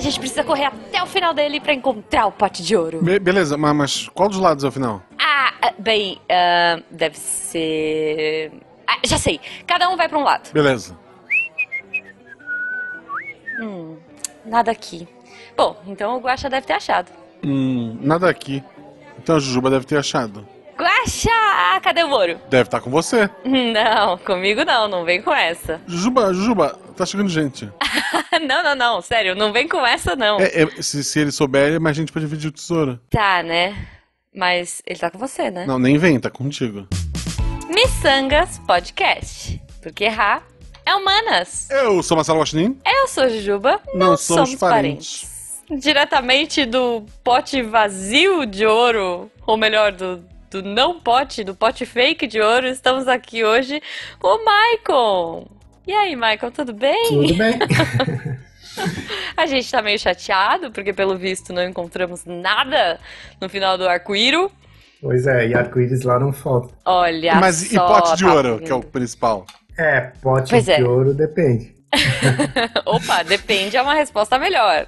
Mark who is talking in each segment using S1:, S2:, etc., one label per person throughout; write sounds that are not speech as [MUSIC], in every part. S1: gente precisa correr até o final dele pra encontrar o pote de ouro.
S2: Be- beleza, ma- mas qual dos lados é o final?
S1: Ah, ah, bem, ah, deve ser. Ah, já sei. Cada um vai pra um lado.
S2: Beleza.
S1: Nada aqui. Bom, então o Guaxa deve ter achado.
S2: Hum, nada aqui. Então a Jujuba deve ter achado.
S1: Guaxa! Cadê o ouro? [LAUGHS]
S2: Deve estar com você.
S1: Não, comigo não, não vem com essa. [LAUGHS]
S2: Jujuba, Jujuba, tá chegando gente.
S1: não, não, não, sério, não vem com essa não.
S2: É, é, se, se ele souber, é mais gente pra dividir o tesouro.
S1: Tá, né? Mas ele tá com você, né?
S2: Não, nem vem, tá contigo.
S1: Missangas Podcast. Porque errar é humanas.
S2: Eu sou Marcelo Guaxinim.
S1: Eu sou a Jujuba,
S2: Não
S1: não,
S2: somos
S1: somos, parentes. Diretamente do pote vazio de ouro, ou melhor, do, do não pote, do pote fake de ouro, estamos aqui hoje com o Maicon. E aí, Maicon, tudo bem?
S3: Tudo bem?
S1: A gente tá meio chateado, porque pelo visto não encontramos nada no final do arco-íris.
S3: Pois é, e arco-íris lá não falta.
S1: Olha
S2: Mas e
S1: só,
S2: pote de
S1: tá
S2: ouro,
S1: vindo.
S2: que é o principal.
S3: É, pote
S1: Pois
S3: de
S1: é.
S3: ouro depende.
S1: [LAUGHS] Opa, depende, é uma resposta melhor.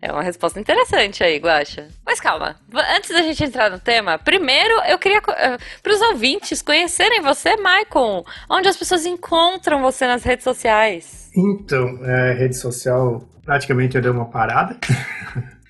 S1: É uma resposta interessante aí, Guaxa. Mas calma, v- antes da gente entrar no tema, primeiro eu queria para os ouvintes conhecerem você, Maicon, onde as pessoas encontram você nas redes sociais.
S3: Então, é, rede social, praticamente eu dei uma parada.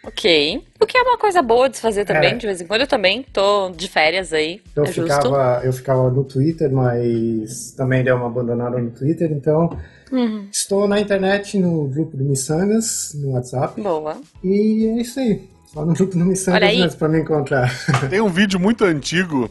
S1: Ok. O que é uma coisa boa de se fazer também,
S3: É.
S1: de vez em quando. Eu também tô de férias aí,
S3: Eu,
S1: é justo.
S3: ficava, eu ficava no Twitter, mas também dei uma abandonada no Twitter. Então,
S1: Uhum.
S3: estou na internet, no grupo do Missangas, no WhatsApp.
S1: Boa.
S3: E é isso aí. Só no grupo do
S1: Olha
S3: Missangas
S1: aí.
S3: mesmo pra me encontrar.
S2: Tem um vídeo muito antigo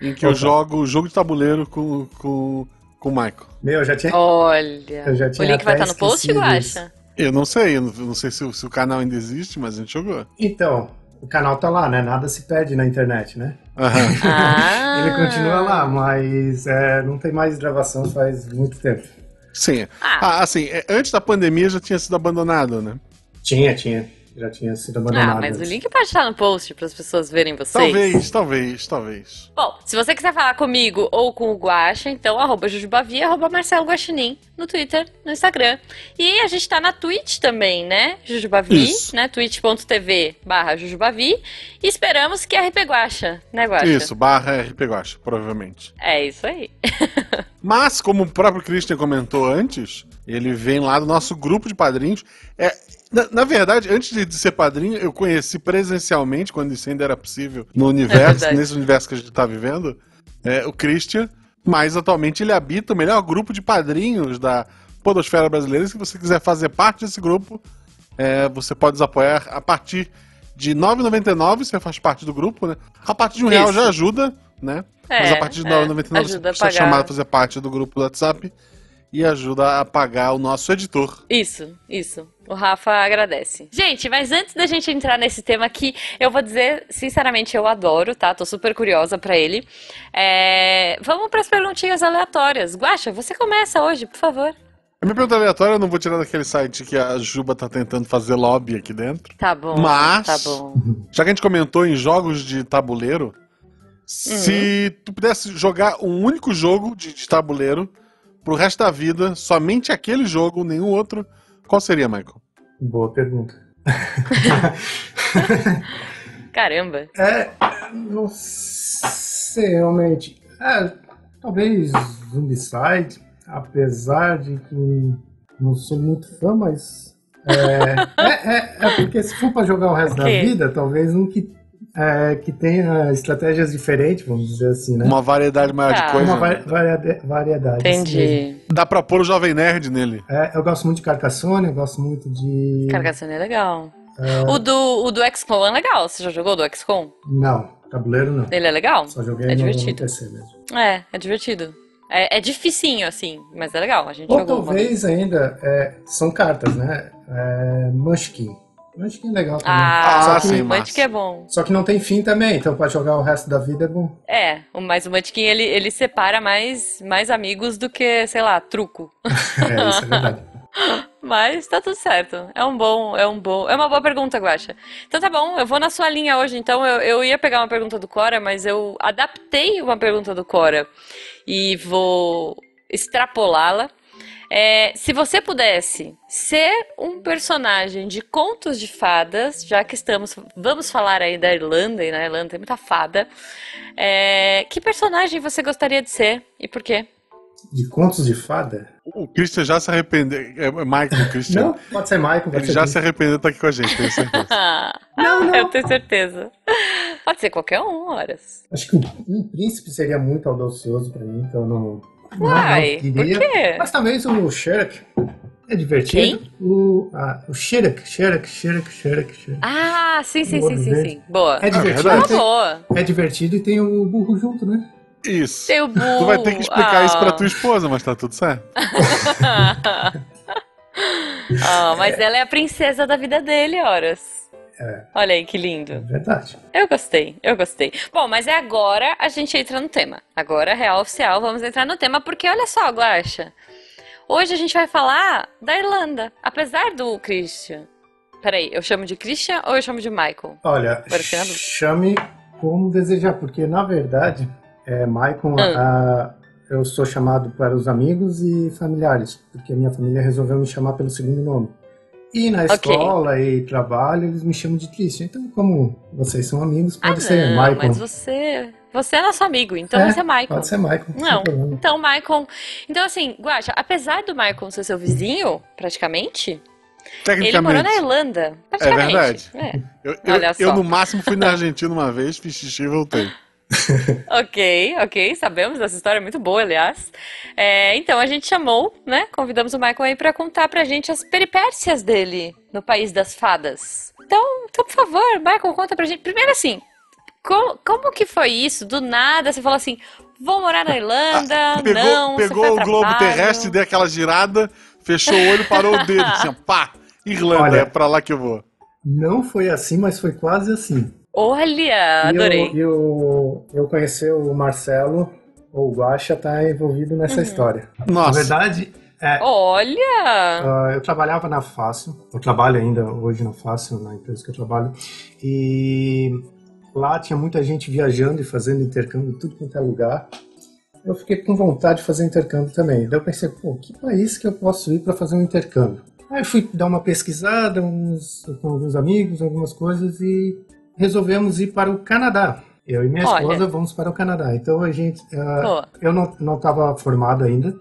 S2: em que eu
S3: Opa.
S2: jogo jogo de tabuleiro com, com, com o Michael.
S3: Meu, já
S1: Oh.
S3: tinha.
S1: Olha.
S3: Eu já
S1: O
S3: tinha
S1: link vai
S3: até
S1: estar no post,
S3: esquecido
S1: Guaxa?
S2: Eu não sei, eu não, eu não sei se, o- se o canal ainda existe, mas a gente jogou.
S3: Então, o canal tá lá, né? Nada se perde na internet, né?
S2: Aham.
S1: Ah.
S3: [LAUGHS] Ele continua lá, mas é, não tem mais gravação faz muito tempo.
S2: Sim.
S1: Ah,
S2: Ah, assim, é, antes da pandemia já tinha sido abandonado, né?
S3: Tinha, tinha. Já tinha sido abandonado.
S1: ah, mas o
S3: antes.
S1: link pode estar no post para as pessoas verem vocês.
S2: Talvez, talvez, talvez.
S1: Bom, se você quiser falar comigo ou com o Guaxa, então arroba Jujubavi, arroba Marcelo Guaxinim, no Twitter, no Instagram. E a gente tá na Twitch também, né? Jujubavi,
S2: Isso.
S1: né? twitch.tv barra Jujubavi. E esperamos que RP Guaxa, né, Guaxa?
S2: Isso, barra RP Guacha, provavelmente.
S1: É isso aí.
S2: Mas, como o próprio Christian comentou antes, ele vem lá do nosso grupo de padrinhos. É, na, na verdade, antes de, de ser padrinho, eu conheci presencialmente, quando isso ainda era possível, no universo,
S1: É verdade.
S2: nesse universo que a gente está vivendo, é, o Christian. Mas atualmente ele habita o melhor grupo de padrinhos da Podosfera Brasileira. E se você quiser fazer parte desse grupo, é, você pode nos apoiar a partir de R$ 9,99, você faz parte do grupo, né? A partir de um real
S1: Isso.
S2: já ajuda, né? Mas
S1: É,
S2: a partir de
S1: é,
S2: 9,99 você
S1: ajuda a
S2: precisa
S1: pagar.
S2: chamar a fazer parte do grupo do WhatsApp e ajuda a pagar o nosso editor.
S1: Isso, isso. O Rafa agradece. Gente, mas antes da gente entrar nesse tema aqui, eu vou dizer, sinceramente, eu adoro, tá? Tô super curiosa pra ele. É, Vamos pras perguntinhas aleatórias. Guaxa, você começa hoje, por favor.
S2: A minha pergunta aleatória eu não vou tirar daquele site que a Juba tá tentando fazer lobby aqui dentro.
S1: Tá bom.
S2: Mas-
S1: Tá bom.
S2: Já que a gente comentou em jogos de tabuleiro, se
S1: Uhum.
S2: tu pudesse jogar um único jogo de, de tabuleiro pro resto da vida, somente aquele jogo, nenhum outro, qual seria, Michael?
S3: Boa pergunta.
S1: Caramba.
S3: É, não sei realmente. É, talvez Zombicide, apesar de que não sou muito fã, mas. É, é, é- é porque se for pra jogar o resto
S1: Ok.
S3: da vida, talvez um que, é, que tenha estratégias diferentes, vamos dizer assim, né?
S2: Uma variedade maior
S1: Tá.
S2: de coisa.
S3: Uma vari- variade- variedade. isso mesmo.
S1: Entendi.
S2: Dá pra pôr o Jovem Nerd nele.
S3: É, eu gosto muito de Carcassonne, eu gosto muito de.
S1: Carcassonne é legal.
S3: É.
S1: O do, o do XCOM é legal. Você já jogou do XCOM?
S3: Não, tabuleiro não.
S1: Ele é legal?
S3: Só joguei
S1: É
S3: no, no
S1: divertido.
S3: PC mesmo.
S1: É, é divertido. É, é dificinho, assim, mas é legal. A gente
S3: Ou
S1: jogou uma vez.
S3: talvez ainda, é, são cartas, né? É, Munchkin. Munchkin é legal também.
S1: Ah,
S2: Ah,
S1: só
S2: sim,
S1: que o Munchkin
S2: massa.
S1: é bom.
S3: Só que não tem fim também, então pra jogar o resto da vida é bom. [LAUGHS]
S1: É, o- mas o Munchkin, ele, ele separa mais, mais amigos do que, sei lá, truco.
S3: É, isso é verdade.
S1: Mas tá tudo certo. É um bom, é um bom. É uma boa pergunta, Guaxa. Então tá bom, eu vou na sua linha hoje. Então eu, eu ia pegar uma pergunta do Cora, mas eu adaptei uma pergunta do Cora e vou extrapolá-la. É, se você pudesse ser um personagem de contos de fadas, já que estamos, vamos falar aí da Irlanda, e na Irlanda tem muita fada, é, que personagem você gostaria de ser e por quê?
S3: De contos de fada?
S2: O Christian já se arrependeu. É, Michael, o Christian.
S3: Não, pode ser Michael, pode
S2: Ele
S3: ser
S2: já
S3: Chris.
S2: se arrependeu de estar aqui com a gente, tenho certeza.
S1: [LAUGHS]
S3: Não, não.
S1: Eu tenho certeza. Pode ser qualquer um, horas.
S3: Acho que um, um príncipe seria muito audacioso pra mim, então eu não. não-
S1: Uai,
S3: não
S1: por
S3: queria.
S1: quê?
S3: Mas talvez o Sherlock é divertido. O, ah, o Sherlock, Sherlock, Sherlock, Sherlock, Sherlock.
S1: Ah, sim, sim, sim, sim, sim. Boa.
S3: É divertido,
S2: verdade.
S1: Uma
S3: e tem-
S1: boa.
S3: é divertido e tem o burro junto, né?
S2: [LAUGHS] Isso.
S1: Tem o burro.
S2: [LAUGHS] Tu vai ter que explicar isso pra tua esposa, mas tá tudo certo.
S1: [LAUGHS] Ah, mas ela é a princesa da vida dele, horas.
S3: É.
S1: Olha aí que
S3: É
S1: lindo.
S3: verdade.
S1: Eu gostei, eu gostei. Bom, mas é agora a gente entra no tema. Agora, real oficial, vamos entrar no tema, porque olha só, Guaxa. Hoje a gente vai falar da Irlanda. Apesar do Christian. Peraí, eu chamo de Christian ou eu chamo de Michael?
S3: Olha,
S1: Parecendo.
S3: chame como desejar, porque na verdade, é, Maicon,
S1: Hum.
S3: a- eu sou chamado para os amigos e familiares, porque minha família resolveu me chamar pelo segundo nome. E na
S1: Ok.
S3: escola e trabalho, eles me chamam de Christian. Então, como vocês são amigos,
S1: Ah,
S3: pode ser
S1: não,
S3: Maicon.
S1: mas você. Você é nosso amigo, então
S3: É,
S1: vai ser Michael.
S3: Pode ser Maicon. sem
S1: Não.
S3: problema.
S1: Então, Michael. Então, assim, Guaxa, apesar do Michael ser seu vizinho, praticamente, ele morou na
S2: Tecnicamente.
S1: Irlanda. Praticamente.
S2: verdade.
S1: É.
S2: Eu, eu-
S1: Olha
S2: eu,
S1: só.
S2: no máximo, fui na Argentina uma vez, fiz xixi e voltei.
S1: Ok, ok, sabemos dessa história, é muito boa, aliás. É, então, a gente chamou, né? Convidamos o Michael aí pra contar pra gente as peripécias dele no País das Fadas. Então, então por favor, Michael, conta pra gente. Primeiro, assim, como, como que foi isso? Do nada, você falou assim. Vou morar na Irlanda,
S2: Ah, Pegou,
S1: Ah, não, você
S2: pegou
S1: foi a
S2: o globo
S1: trabalho."
S2: terrestre, deu aquela girada, fechou o olho, parou o dedo, assim, ó, pá, Irlanda,
S3: Olha.
S2: é pra lá que eu vou.
S3: Não foi assim, mas foi quase assim.
S1: Olha,
S3: E eu-
S1: adorei.
S3: e Eu, eu conheci o Marcelo, ou o Guaxa, tá envolvido nessa
S1: Uhum.
S3: história. Na
S2: Nossa,
S3: verdade, é,
S1: Olha!
S3: Ah, eu trabalhava na Fácil, eu trabalho ainda hoje na Fácil, na empresa que eu trabalho, e lá tinha muita gente viajando e fazendo intercâmbio em tudo quanto é lugar. Eu fiquei com vontade de fazer intercâmbio também. Daí eu pensei, pô, que país que eu posso ir para fazer um intercâmbio? Aí fui dar uma pesquisada uns- com alguns amigos, algumas coisas, e resolvemos ir para o Canadá. Eu e minha
S1: Olha.
S3: esposa vamos para o Canadá. Então a gente. ah,
S1: Boa.
S3: eu não não estava formado ainda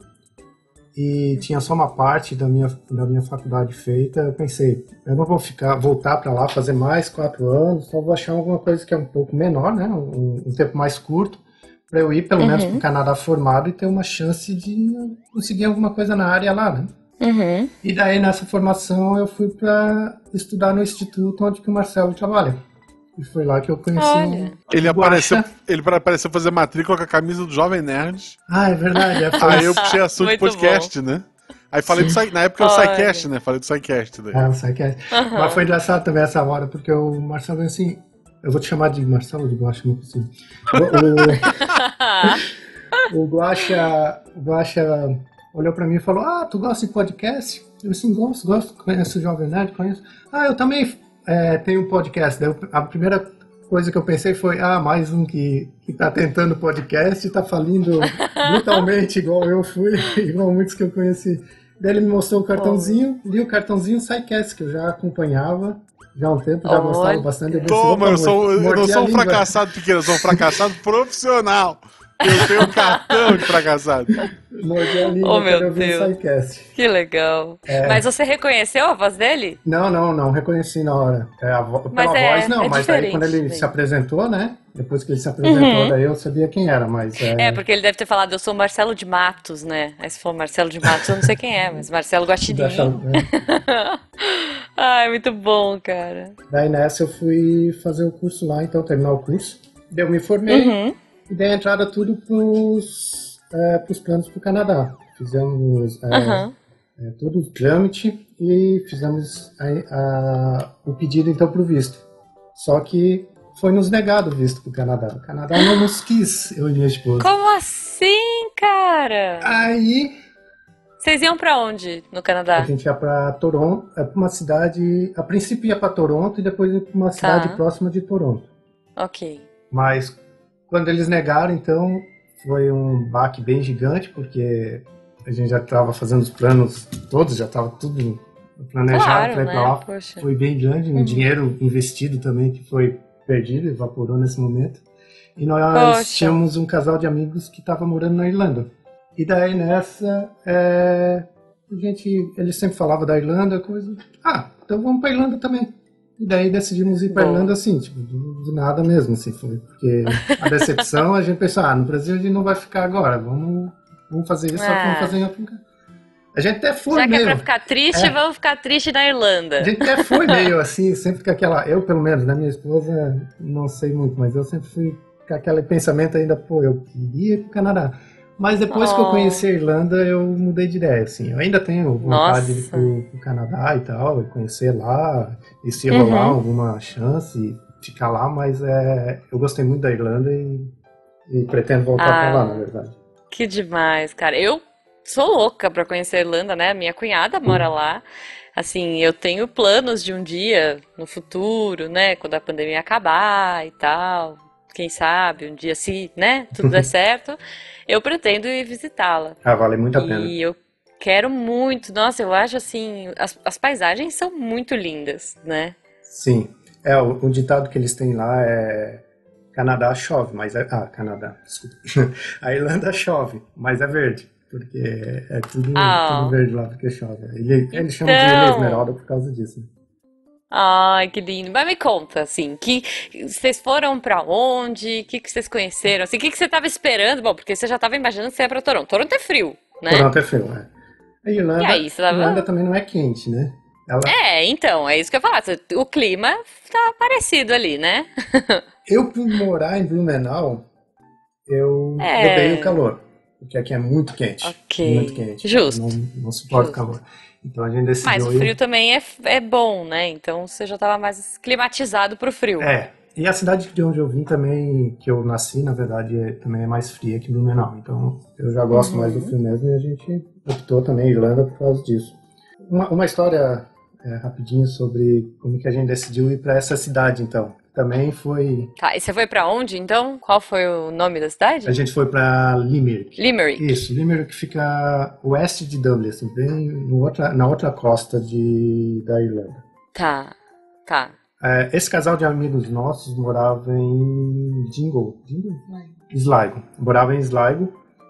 S3: e tinha só uma parte da minha da minha faculdade feita. Eu pensei, eu não vou ficar voltar para lá fazer mais quatro anos, só vou achar alguma coisa que é um pouco menor, né? Um, um tempo mais curto para eu ir pelo menos
S1: Uhum.
S3: para o Canadá formado e ter uma chance de conseguir alguma coisa na área lá, né?
S1: Uhum.
S3: E daí nessa formação eu fui para estudar no instituto onde que o Marcelo trabalha. E foi lá que eu conheci
S1: Olha.
S3: o
S2: ele
S3: o
S2: apareceu,
S3: Guaxa.
S2: ele apareceu fazer matrícula com a camisa do Jovem Nerd.
S3: Ah, é verdade. é, foi-
S1: [LAUGHS]
S2: Aí eu puxei assunto
S1: Muito
S2: de podcast, né? Aí falei do Psy- Na época era o
S1: Olha.
S2: SciCast, né? Falei do SciCast daí.
S3: é, eu sei que é.
S1: Aham.
S3: Mas foi engraçado também essa hora, porque o Marcelo assim. Eu vou te chamar de Marcelo de Guacha, não é possível. O, o, o Guacha, o Guaxa olhou pra mim e falou: Ah, tu gosta de podcast? Eu assim, gosto, gosto, conheço o Jovem Nerd, conheço. Ah, eu também é, tenho um podcast. Daí eu- a primeira coisa que eu pensei foi: Ah, mais um que, que tá tentando podcast e tá falindo brutalmente, [LAUGHS] igual eu fui, igual muitos que eu conheci. Daí ele me mostrou o cartãozinho, li o cartãozinho SciCast, que eu já acompanhava já há um tempo, já gostava
S1: Olha.
S3: bastante. Eu pensei,
S2: Toma,
S3: opa,
S2: eu, sou, eu
S3: mordi
S2: não
S3: a
S2: sou um
S3: língua.
S2: fracassado pequeno, eu sou um fracassado profissional. Eu tenho um cartão de fracassado.
S3: Mordi a língua
S1: Oh, meu
S3: quando eu vi o
S1: Deus.
S3: SciCast.
S1: [LAUGHS] que legal.
S2: É.
S1: Mas você reconheceu a voz dele?
S3: Não, não, não reconheci na hora. É, a vo-
S1: Mas
S3: pela
S1: é-
S3: voz, não,
S1: é
S3: mas daí
S1: diferente,
S3: quando ele
S1: sim.
S3: se apresentou, né? Depois que ele se apresentou,
S1: Uhum.
S3: daí eu sabia quem era, mas. É,
S1: É, porque ele deve ter falado, eu sou Marcelo de Matos, né? Aí se for Marcelo de Matos, eu não sei quem é, mas Marcelo Guaxinim.
S3: da chave- é.
S1: [LAUGHS] Ai, muito bom, cara.
S3: Daí nessa eu fui fazer o curso lá, então terminar o curso. Daí eu me formei
S1: Uhum.
S3: e dei a entrada tudo pros, é, pros planos pro Canadá. Fizemos é,
S1: Aham.
S3: é, todo o trâmite e fizemos a- a- o pedido então pro visto. Só que foi nos negado o visto pro Canadá. O Canadá não nos quis, eu e minha esposa.
S1: É. Como assim, cara?
S3: Aí
S1: Vocês iam pra onde no
S3: a
S1: Canadá?
S3: gente ia pra Toronto, é pra uma cidade, a princípio ia pra Toronto e depois ia pra uma
S1: Tá.
S3: cidade próxima de Toronto.
S1: Ok.
S3: Mas quando eles negaram, então foi um baque bem gigante porque a gente já estava fazendo os planos todos, já estava tudo planejado
S1: Claro,
S3: para ir
S1: né?
S3: para lá.
S1: Poxa. Uhum.
S3: Foi bem grande, um dinheiro investido também que foi perdido, evaporou nesse momento. E nós
S1: Poxa.
S3: tínhamos um casal de amigos que estava morando na Irlanda. E daí nessa, é, a gente, ele sempre falava da Irlanda, coisa. Ah, então vamos para Irlanda também. E daí decidimos ir para
S1: Boa.
S3: Irlanda assim, tipo, do, do nada mesmo, assim, foi porque a decepção a gente pensou, ah, no Brasil a gente não vai ficar agora, vamos, vamos fazer isso, só que
S1: Ah.
S3: vamos fazer em outro lugar. A gente até foi
S1: Já que é
S3: mesmo.
S1: pra ficar triste,
S3: É.
S1: vamos ficar triste na
S3: A
S1: Irlanda.
S3: gente até foi meio assim, sempre com aquela. Eu, pelo menos, né? Minha esposa, não sei muito, mas eu sempre fui com aquele pensamento ainda, pô, eu queria ir pro Canadá. Mas depois que eu
S1: Oh.
S3: conheci a Irlanda, eu mudei de ideia, assim. Eu ainda tenho vontade de ir
S1: Nossa.
S3: pro, pro Canadá e tal, e conhecer lá, e se
S1: Uhum.
S3: rolar alguma chance, ficar lá, mas é, eu gostei muito da Irlanda e, e pretendo voltar
S1: Ah.
S3: pra lá, na verdade.
S1: Que demais, cara. Eu sou louca pra conhecer a Irlanda, né? Minha cunhada mora lá. Assim, eu tenho planos de um dia no futuro, né? Quando a pandemia acabar e tal. Quem sabe, um dia, se, né, tudo
S3: [LAUGHS]
S1: der certo, eu pretendo ir visitá-la.
S3: Ah, vale muito a pena.
S1: E eu quero muito. Nossa, eu acho assim, as, as paisagens são muito lindas, né?
S3: Sim. É, o, o ditado que eles têm lá é Canadá chove, mas é. Ah, Canadá, desculpa. [LAUGHS] A Irlanda chove, mas é verde. Porque é, é tudo,
S1: Ah.
S3: tudo verde lá porque chove. Ele, Eles chamam de Ilha
S1: Então. Né?
S3: Esmeralda por causa disso.
S1: Ai, que lindo. Mas me conta, assim, que vocês foram pra onde? O que que vocês conheceram? Assim, o que que você tava esperando? Bom, porque você já tava imaginando que você ia pra Toronto. Toronto é frio, né?
S3: Toronto é frio, é. A Irlanda,
S1: E aí, você
S3: a
S1: tava-
S3: Irlanda também não é quente, né? Ela,
S1: É, então, é isso que eu ia falar. O clima tá parecido ali, né?
S3: Eu, por morar em Blumenau, eu
S1: É.
S3: odeio o calor. Porque aqui é muito quente.
S1: Ok.
S3: Muito quente.
S1: Justo.
S3: Não, não suporto
S1: Justo.
S3: calor. Então a gente decidiu
S1: Mas o
S3: ir
S1: frio também é, é bom, né? Então você já tava mais climatizado pro frio.
S3: É. E a cidade de onde eu vim também, que eu nasci, na verdade, é- também é mais fria que Blumenau. Então eu já gosto
S1: Uhum.
S3: mais do frio mesmo e a gente optou também a Irlanda por causa disso. Uma, uma história é, rapidinho sobre como que a gente decidiu ir para essa cidade, então. Também foi.
S1: Tá, e você foi pra onde, então? Qual foi o nome da cidade?
S3: A gente foi para Limerick.
S1: Limerick.
S3: Isso, Limerick fica oeste de Dublin, assim, bem no outra, na outra costa de, da Irlanda.
S1: Tá, tá.
S3: É, esse casal de amigos nossos morava em Dingle, Dingle? Sligo. Morava em Sligo,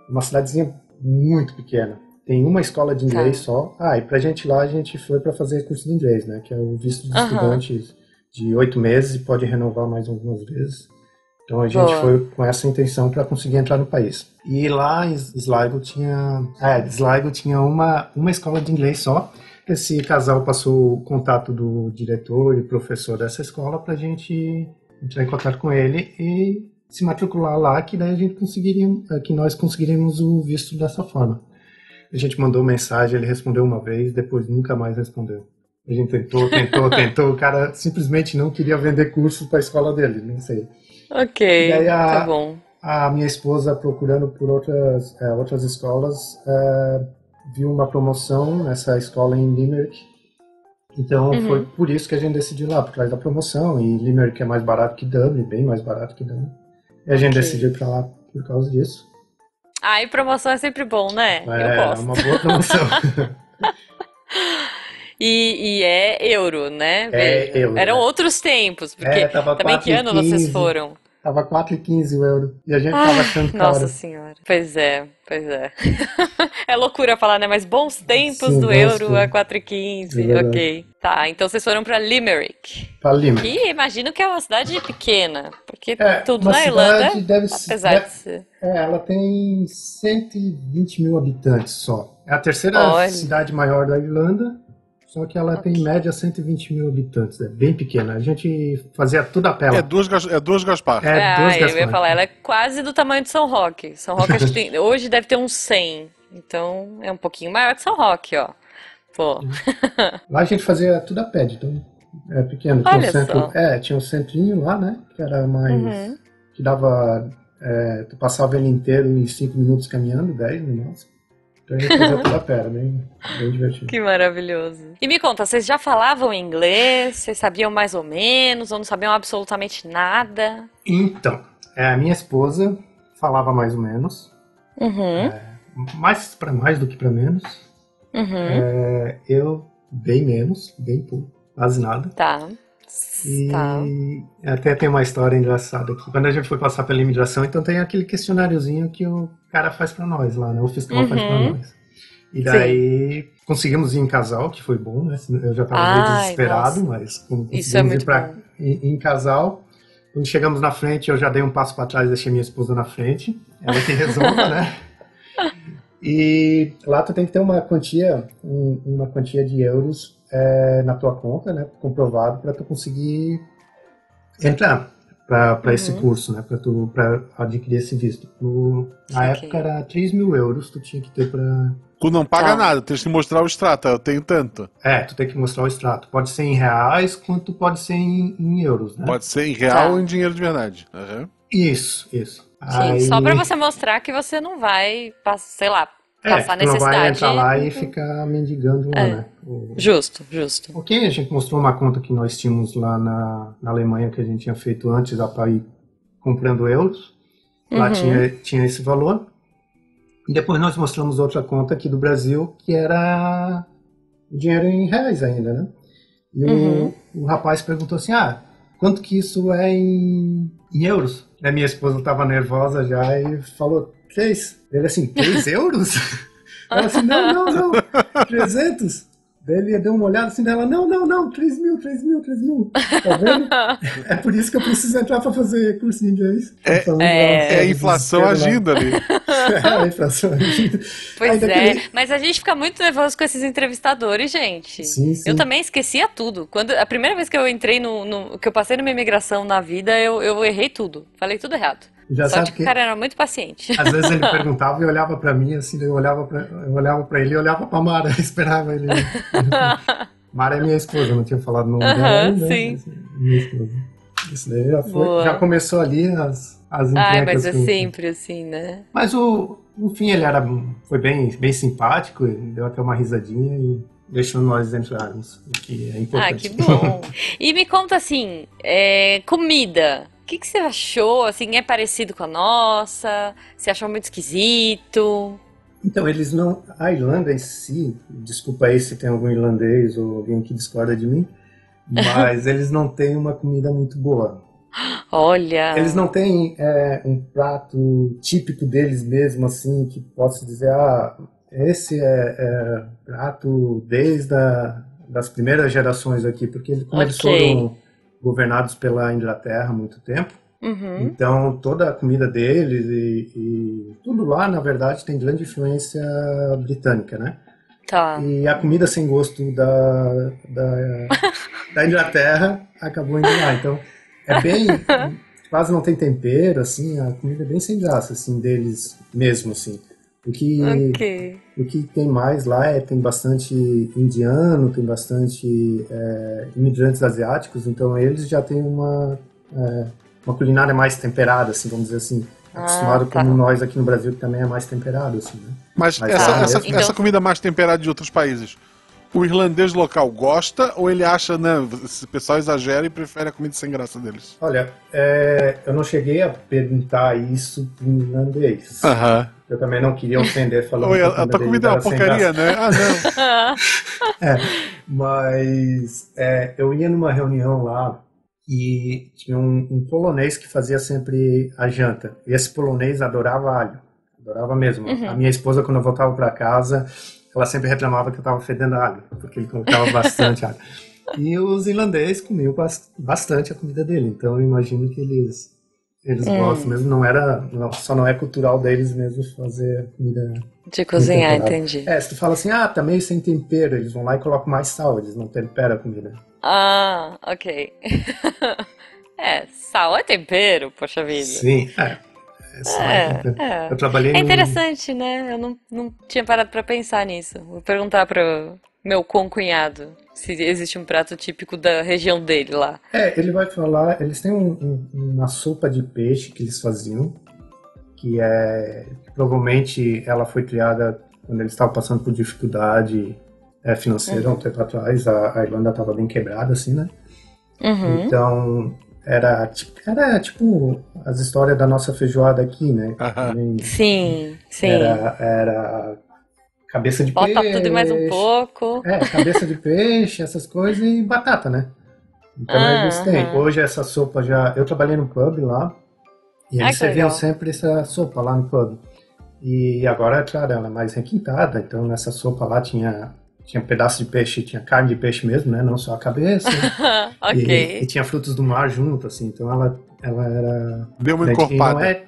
S3: uma cidadezinha muito pequena. Tem uma escola de inglês
S1: Tá.
S3: só. Ah, e pra gente lá a gente foi pra fazer curso de inglês, né? Que é o visto de
S1: Aham.
S3: estudante de oito meses e pode renovar mais algumas vezes. Então a gente
S1: Boa.
S3: foi com essa intenção para conseguir entrar no país. E lá em Sligo tinha, é, Sligo tinha uma, uma escola de inglês só. Esse casal passou o contato do diretor e professor dessa escola para a gente entrar em contato com ele e se matricular lá, que daí a gente conseguiria, é, que nós conseguiríamos o visto dessa forma. A gente mandou mensagem, ele respondeu uma vez, depois nunca mais respondeu. A gente tentou, tentou, [LAUGHS] tentou, o cara simplesmente não queria vender curso para a escola dele, não sei.
S1: Ok,
S3: E aí a-
S1: tá bom.
S3: A minha esposa procurando por outras, eh, outras escolas eh, viu uma promoção nessa escola em Limerick. Então
S1: Uhum.
S3: foi por isso que a gente decidiu ir lá, por causa da promoção. E Limerick é mais barato que Dublin, bem mais barato que Dublin. E a gente
S1: Ok.
S3: decidiu ir pra lá por causa disso.
S1: Ah, e promoção é sempre bom, né? Eu
S3: é
S1: gosto.
S3: uma boa promoção.
S1: E, e é euro, né?
S3: É euro,
S1: Eram
S3: né?
S1: outros tempos, [LAUGHS] porque
S3: é, tava
S1: também que ano vocês
S3: 4,15,
S1: foram?
S3: Tava 4,15 o euro. E a gente
S1: Ah,
S3: tava achando caro.
S1: Nossa senhora. Pois é, pois é. [LAUGHS] É loucura falar, né? Mas bons tempos
S3: Sim,
S1: do
S3: bons
S1: euro a
S3: tempos.
S1: 4,15.
S3: É verdade.
S1: ok. Tá, então vocês foram pra Limerick.
S3: Pra Lima.
S1: Que imagino que é uma cidade pequena, porque
S3: É,
S1: tudo
S3: uma
S1: na Irlanda,
S3: cidade deve ser-
S1: apesar de ser.
S3: É, ela tem 120 mil habitantes só. É a terceira
S1: Olha.
S3: cidade maior da Irlanda, só que ela tem em média 120 mil habitantes. É bem pequena. A gente fazia tudo a pé lá.
S2: É duas, Gas- é duas Gaspar.
S3: É,
S1: Ah,
S3: duas
S1: eu ia
S3: Gaspar.
S1: falar, ela é quase do tamanho de São Roque. São Roque acho que tem-
S3: [LAUGHS]
S1: hoje deve ter uns 100. Então é um pouquinho maior que São Roque, ó. Pô,
S3: Lá a gente fazia tudo a pé, então é pequeno.
S1: Olha
S3: um centro,
S1: só.
S3: É, tinha um centrinho lá, né? Que era mais.
S1: Uhum.
S3: Que dava. é, tu passava ele inteiro em 5 minutos caminhando, 10 minutos. Então a gente fazia tudo a pé, era bem, bem divertido.
S1: que maravilhoso. E me conta, vocês já falavam inglês? Vocês sabiam mais ou menos? Ou não sabiam absolutamente nada?
S3: Então, é, a minha esposa falava mais ou menos.
S1: Uhum.
S3: mais para mais do que para menos.
S1: Uhum.
S3: É, eu bem menos, bem pouco, quase nada.
S1: Tá.
S3: E
S1: Tá.
S3: até tem uma história engraçada aqui. Quando a gente foi passar pela imigração, então tem aquele questionáriozinho que o cara faz pra nós lá, né? O fiscal faz pra
S1: Uhum.
S3: nós. E daí conseguimos ir em casal, que foi bom, né? Eu já tava meio
S1: Ai,
S3: desesperado, mas como
S1: Isso é
S3: conseguimos
S1: muito
S3: ir pra,
S1: bom.
S3: em, em casal. Quando chegamos na frente, eu já dei um passo pra trás, deixei minha esposa na frente. Ela que resolve, né? E lá tu tem que ter uma quantia, um- uma quantia de euros é, na tua conta, né? Comprovado para tu conseguir entrar para esse
S1: Uhum.
S3: curso, né? Para tu pra adquirir esse visto. No- na
S1: Ok.
S3: época era 3 mil euros tu tinha que ter para
S2: Tu não paga
S1: Tá.
S2: nada, tens que mostrar o extrato. Eu tenho tanto.
S3: é, tu tem que mostrar o extrato. Pode ser em reais, quanto pode ser em, em euros, né?
S2: Pode ser em real
S1: Tá.
S2: ou em dinheiro de verdade. Aham.
S3: Isso, isso.
S1: Sim, só pra você mostrar que você não vai, pass- sei lá,
S3: é,
S1: passar
S3: tu não vai
S1: necessidade.
S3: entrar lá e ficar mendigando lá,
S1: É.
S3: né? O-
S1: Justo, justo.
S3: Ok, a gente mostrou uma conta que nós tínhamos lá na, na Alemanha que a gente tinha feito antes da para ir comprando euros. Lá
S1: Uhum.
S3: tinha, tinha esse valor. E depois nós mostramos outra conta aqui do Brasil que era o dinheiro em reais ainda, né? E o-
S1: Uhum.
S3: o, rapaz perguntou assim: ah, quanto que isso é em, em euros? A minha esposa estava nervosa já e falou: três. Ele assim:
S1: [LAUGHS]
S3: três euros? Ela assim: não, não, não, 300. Daí ele deu uma olhada assim dela, não, não, não, 3 mil, 3 mil, 3 mil. Tá vendo? É por isso que eu preciso entrar pra fazer curso de inglês.
S2: É-
S3: Então,
S1: é, né?
S2: É, a inflação
S3: desespero
S2: agindo ali.
S3: lá. [LAUGHS] é a inflação agindo.
S1: [LAUGHS] Pois
S3: Ainda
S1: é,
S3: que-
S1: mas a gente fica muito nervoso com esses entrevistadores, gente.
S3: Sim, sim.
S1: Eu também esquecia tudo. Quando a primeira vez que eu entrei no, no- que eu passei numa imigração na vida, eu, eu errei tudo. Falei tudo errado.
S3: Já
S1: Só
S3: sabe
S1: de que
S3: que
S1: o cara era muito
S3: [LAUGHS]
S1: paciente.
S3: às vezes ele perguntava e olhava pra mim, assim, daí eu olhava pra, eu olhava pra ele e olhava pra Mara, [LAUGHS] esperava ele. Mara é minha esposa, eu não tinha falado o nome dela.
S1: Aham,
S3: ainda,
S1: sim.
S3: mas é Minha esposa. Isso daí já,
S1: Boa.
S3: foi, já começou ali as,
S1: [LAUGHS]
S3: as
S1: Ai, mas
S3: encrencas
S1: é
S3: com-
S1: sempre assim, né?
S3: Mas o, no fim ele era foi bem, bem simpático, ele deu até uma risadinha e deixou nós entrarmos, o que é
S1: Ah,
S3: importante.
S1: que bom. E me conta assim, é, comida. O que que você achou? Assim, é parecido com a nossa? Você achou muito esquisito?
S3: [LAUGHS] Então, eles não. A Irlanda em si, desculpa aí se tem algum irlandês ou alguém que discorda
S1: [LAUGHS]
S3: de mim, mas eles não têm uma comida muito boa.
S1: Olha.
S3: Eles não têm é, um prato típico deles mesmo, assim, que possa dizer, ah, esse é, é prato desde a, das primeiras gerações aqui, porque ele- como eles
S1: Ok.
S3: foram governados pela Inglaterra há muito tempo,
S1: Uhum.
S3: então toda a comida deles e, e tudo lá, na verdade, tem grande influência britânica, né?
S1: Tá.
S3: E a comida sem gosto da, da, da Inglaterra acabou indo lá. Então, é bem. Quase não tem tempero, assim, a comida é bem sem graça, assim, deles mesmo, assim. O que,
S1: Ok. [LAUGHS]
S3: o que tem mais lá é tem bastante indiano, tem bastante é, imigrantes asiáticos, então eles já têm uma, é, uma culinária mais temperada, assim, vamos dizer assim.
S1: Ah,
S3: Acostumado
S1: tá.
S3: como nós aqui no Brasil, que também é mais temperado, assim, né?
S2: Mas
S3: Mas
S2: essa,
S3: tá.
S2: essa-
S1: Então-
S2: essa comida mais temperada de outros países, o irlandês local gosta ou ele acha, né? Esse pessoal exagera e prefere a comida sem graça deles?
S3: Olha, é, eu não cheguei a perguntar isso em irlandês.
S2: Aham.
S3: Eu também não queria ofender falando
S2: Oi,
S3: que
S2: a, a tua
S3: dele
S2: comida é uma
S3: era sem
S2: porcaria,
S3: graça.
S2: né? Ah, não.
S3: Mas é, eu ia numa reunião lá e tinha um, um polonês que fazia sempre a janta. E esse polonês adorava alho. Adorava mesmo.
S1: Uhum.
S3: A minha esposa, quando eu voltava para casa, ela sempre reclamava que eu estava fedendo alho, porque ele colocava bastante alho. E os irlandeses comiam bas- bastante a comida dele. Então eu imagino que eles, eles
S1: Hum.
S3: gostam mesmo. Não era, não- só não é cultural deles mesmo fazer comida
S1: De cozinhar,
S3: Muito temperado.
S1: entendi.
S3: é, se tu fala assim, ah, tá meio sem tempero, eles vão lá e colocam mais sal, eles não temperam a comida.
S1: Ah, ok. [LAUGHS] É, sal é tempero, poxa vida.
S3: Sim, é. é, sal é tempero.
S1: É, é.
S3: Eu um trabalhei
S1: É
S3: num-
S1: interessante, né? Eu não, não tinha parado pra pensar nisso. Vou perguntar pro meu concunhado se existe um prato típico da região dele lá.
S3: É, ele vai falar, eles têm um- um- uma sopa de peixe que eles faziam, que é, provavelmente ela foi criada quando eles estavam passando por dificuldade é,
S1: Uhum.
S3: financeira, um tempo atrás, a, a Irlanda estava bem quebrada, assim, né?
S1: Uhum.
S3: Então, Era, ti- era tipo as histórias da nossa feijoada aqui, né?
S2: Aham.
S3: Também
S1: Sim, sim.
S3: Era, era cabeça de
S1: Bota
S3: peixe.
S1: tudo e mais um pouco. [LAUGHS]
S3: É, cabeça de peixe, essas coisas e batata, né? Então
S1: Ah,
S3: eles têm.
S1: aham.
S3: Hoje essa sopa já. Eu trabalhei no pub lá e
S1: Ai,
S3: eles
S1: que
S3: serviam
S1: legal.
S3: sempre essa sopa lá no pub. E agora, claro, ela é mais requintada, então nessa sopa lá tinha, tinha pedaço de peixe, tinha carne de peixe mesmo, né? Não só a cabeça. E- E,
S1: [LAUGHS] ok.
S3: tinha frutos do mar junto, assim, então ela, ela era.
S2: Deu uma
S3: E não
S2: encorpada.
S3: é,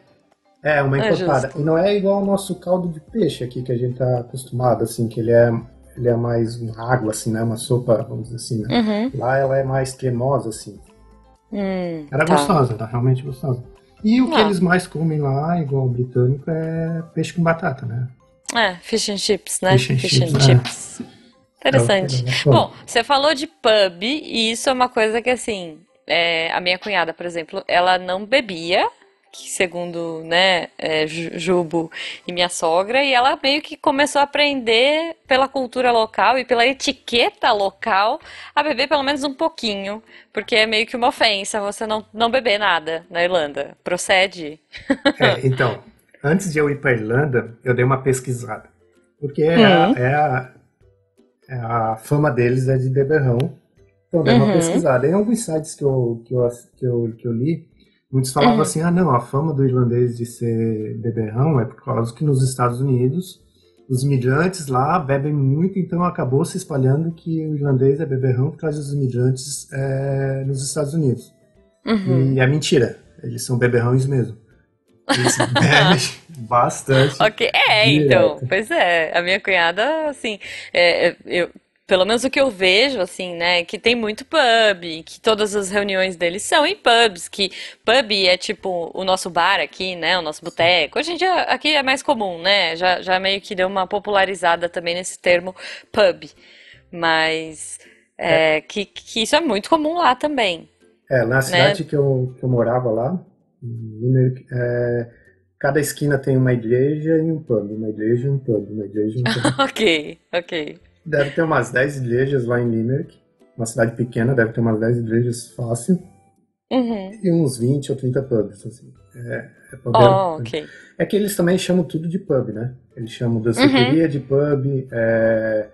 S3: é, uma
S1: É
S3: encorpada.
S1: justo.
S3: e não é igual ao nosso caldo de peixe aqui que a gente tá acostumado, assim, que ele é, ele é mais uma água, assim, né? Uma sopa, vamos dizer assim, né?
S1: Uhum.
S3: Lá ela é mais cremosa, assim.
S1: Hum,
S3: Era
S1: tá.
S3: gostosa, era realmente gostosa. E o que
S1: Ah.
S3: eles mais comem lá, igual o britânico, é peixe com batata, né?
S1: É, fish and chips, né?
S3: Fish and chips, é.
S1: chips. Interessante.
S3: É o que eles mais comem.
S1: Bom, você falou de pub, e isso é uma coisa que, assim, é, a minha cunhada, por exemplo, ela não bebia, que segundo, né, é, Ju- Jubo e minha sogra, e ela meio que começou a aprender pela cultura local e pela etiqueta local a beber pelo menos um pouquinho, porque é meio que uma ofensa você não, não beber nada na Irlanda. Procede? [LAUGHS]
S3: É, então, antes de eu ir para Irlanda, eu dei uma pesquisada. Porque é, a-
S1: Hum.
S3: é a, é a fama deles é de beberrão. Então, eu dei
S1: Uhum.
S3: uma pesquisada. Em alguns sites que eu, que eu, ass- que eu, que eu li, muitos falavam
S1: Uhum.
S3: assim: ah, não, a fama do irlandês de ser beberrão é por causa que nos Estados Unidos. Os imigrantes lá bebem muito, então acabou se espalhando que o irlandês é beberrão por causa dos imigrantes eh, nos Estados Unidos.
S1: Uhum.
S3: E é mentira. Eles são beberrões mesmo.
S1: [LAUGHS]
S3: Eles bebem bastante.
S1: Ok, é,
S3: Direto.
S1: então, pois é, a minha cunhada, assim, é, é, eu, pelo menos o que eu vejo, assim, né, que tem muito pub, que todas as reuniões deles são em pubs, que pub é tipo o nosso bar aqui, né, o nosso boteco, hoje em dia aqui é mais comum, né, já, já meio que deu uma popularizada também nesse termo pub, mas é, que, que isso é muito comum lá também. [LAUGHS] Né?
S3: É, na cidade que, eu, que eu morava lá, em Limerick, é, cada esquina tem uma igreja e um pub, uma igreja e um pub, uma igreja e um
S1: [LAUGHS]
S3: pub.
S1: Ok, ok.
S3: deve ter umas 10 igrejas lá em Limerick. Uma cidade pequena, deve ter umas 10 igrejas fácil.
S1: Uhum.
S3: E uns 20 ou 30 pubs, assim. É, é pub,
S1: Oh,
S3: é-
S1: ok.
S3: É que eles também chamam tudo de pub, né? Eles chamam
S1: Uhum.
S3: danceteria de pub, é,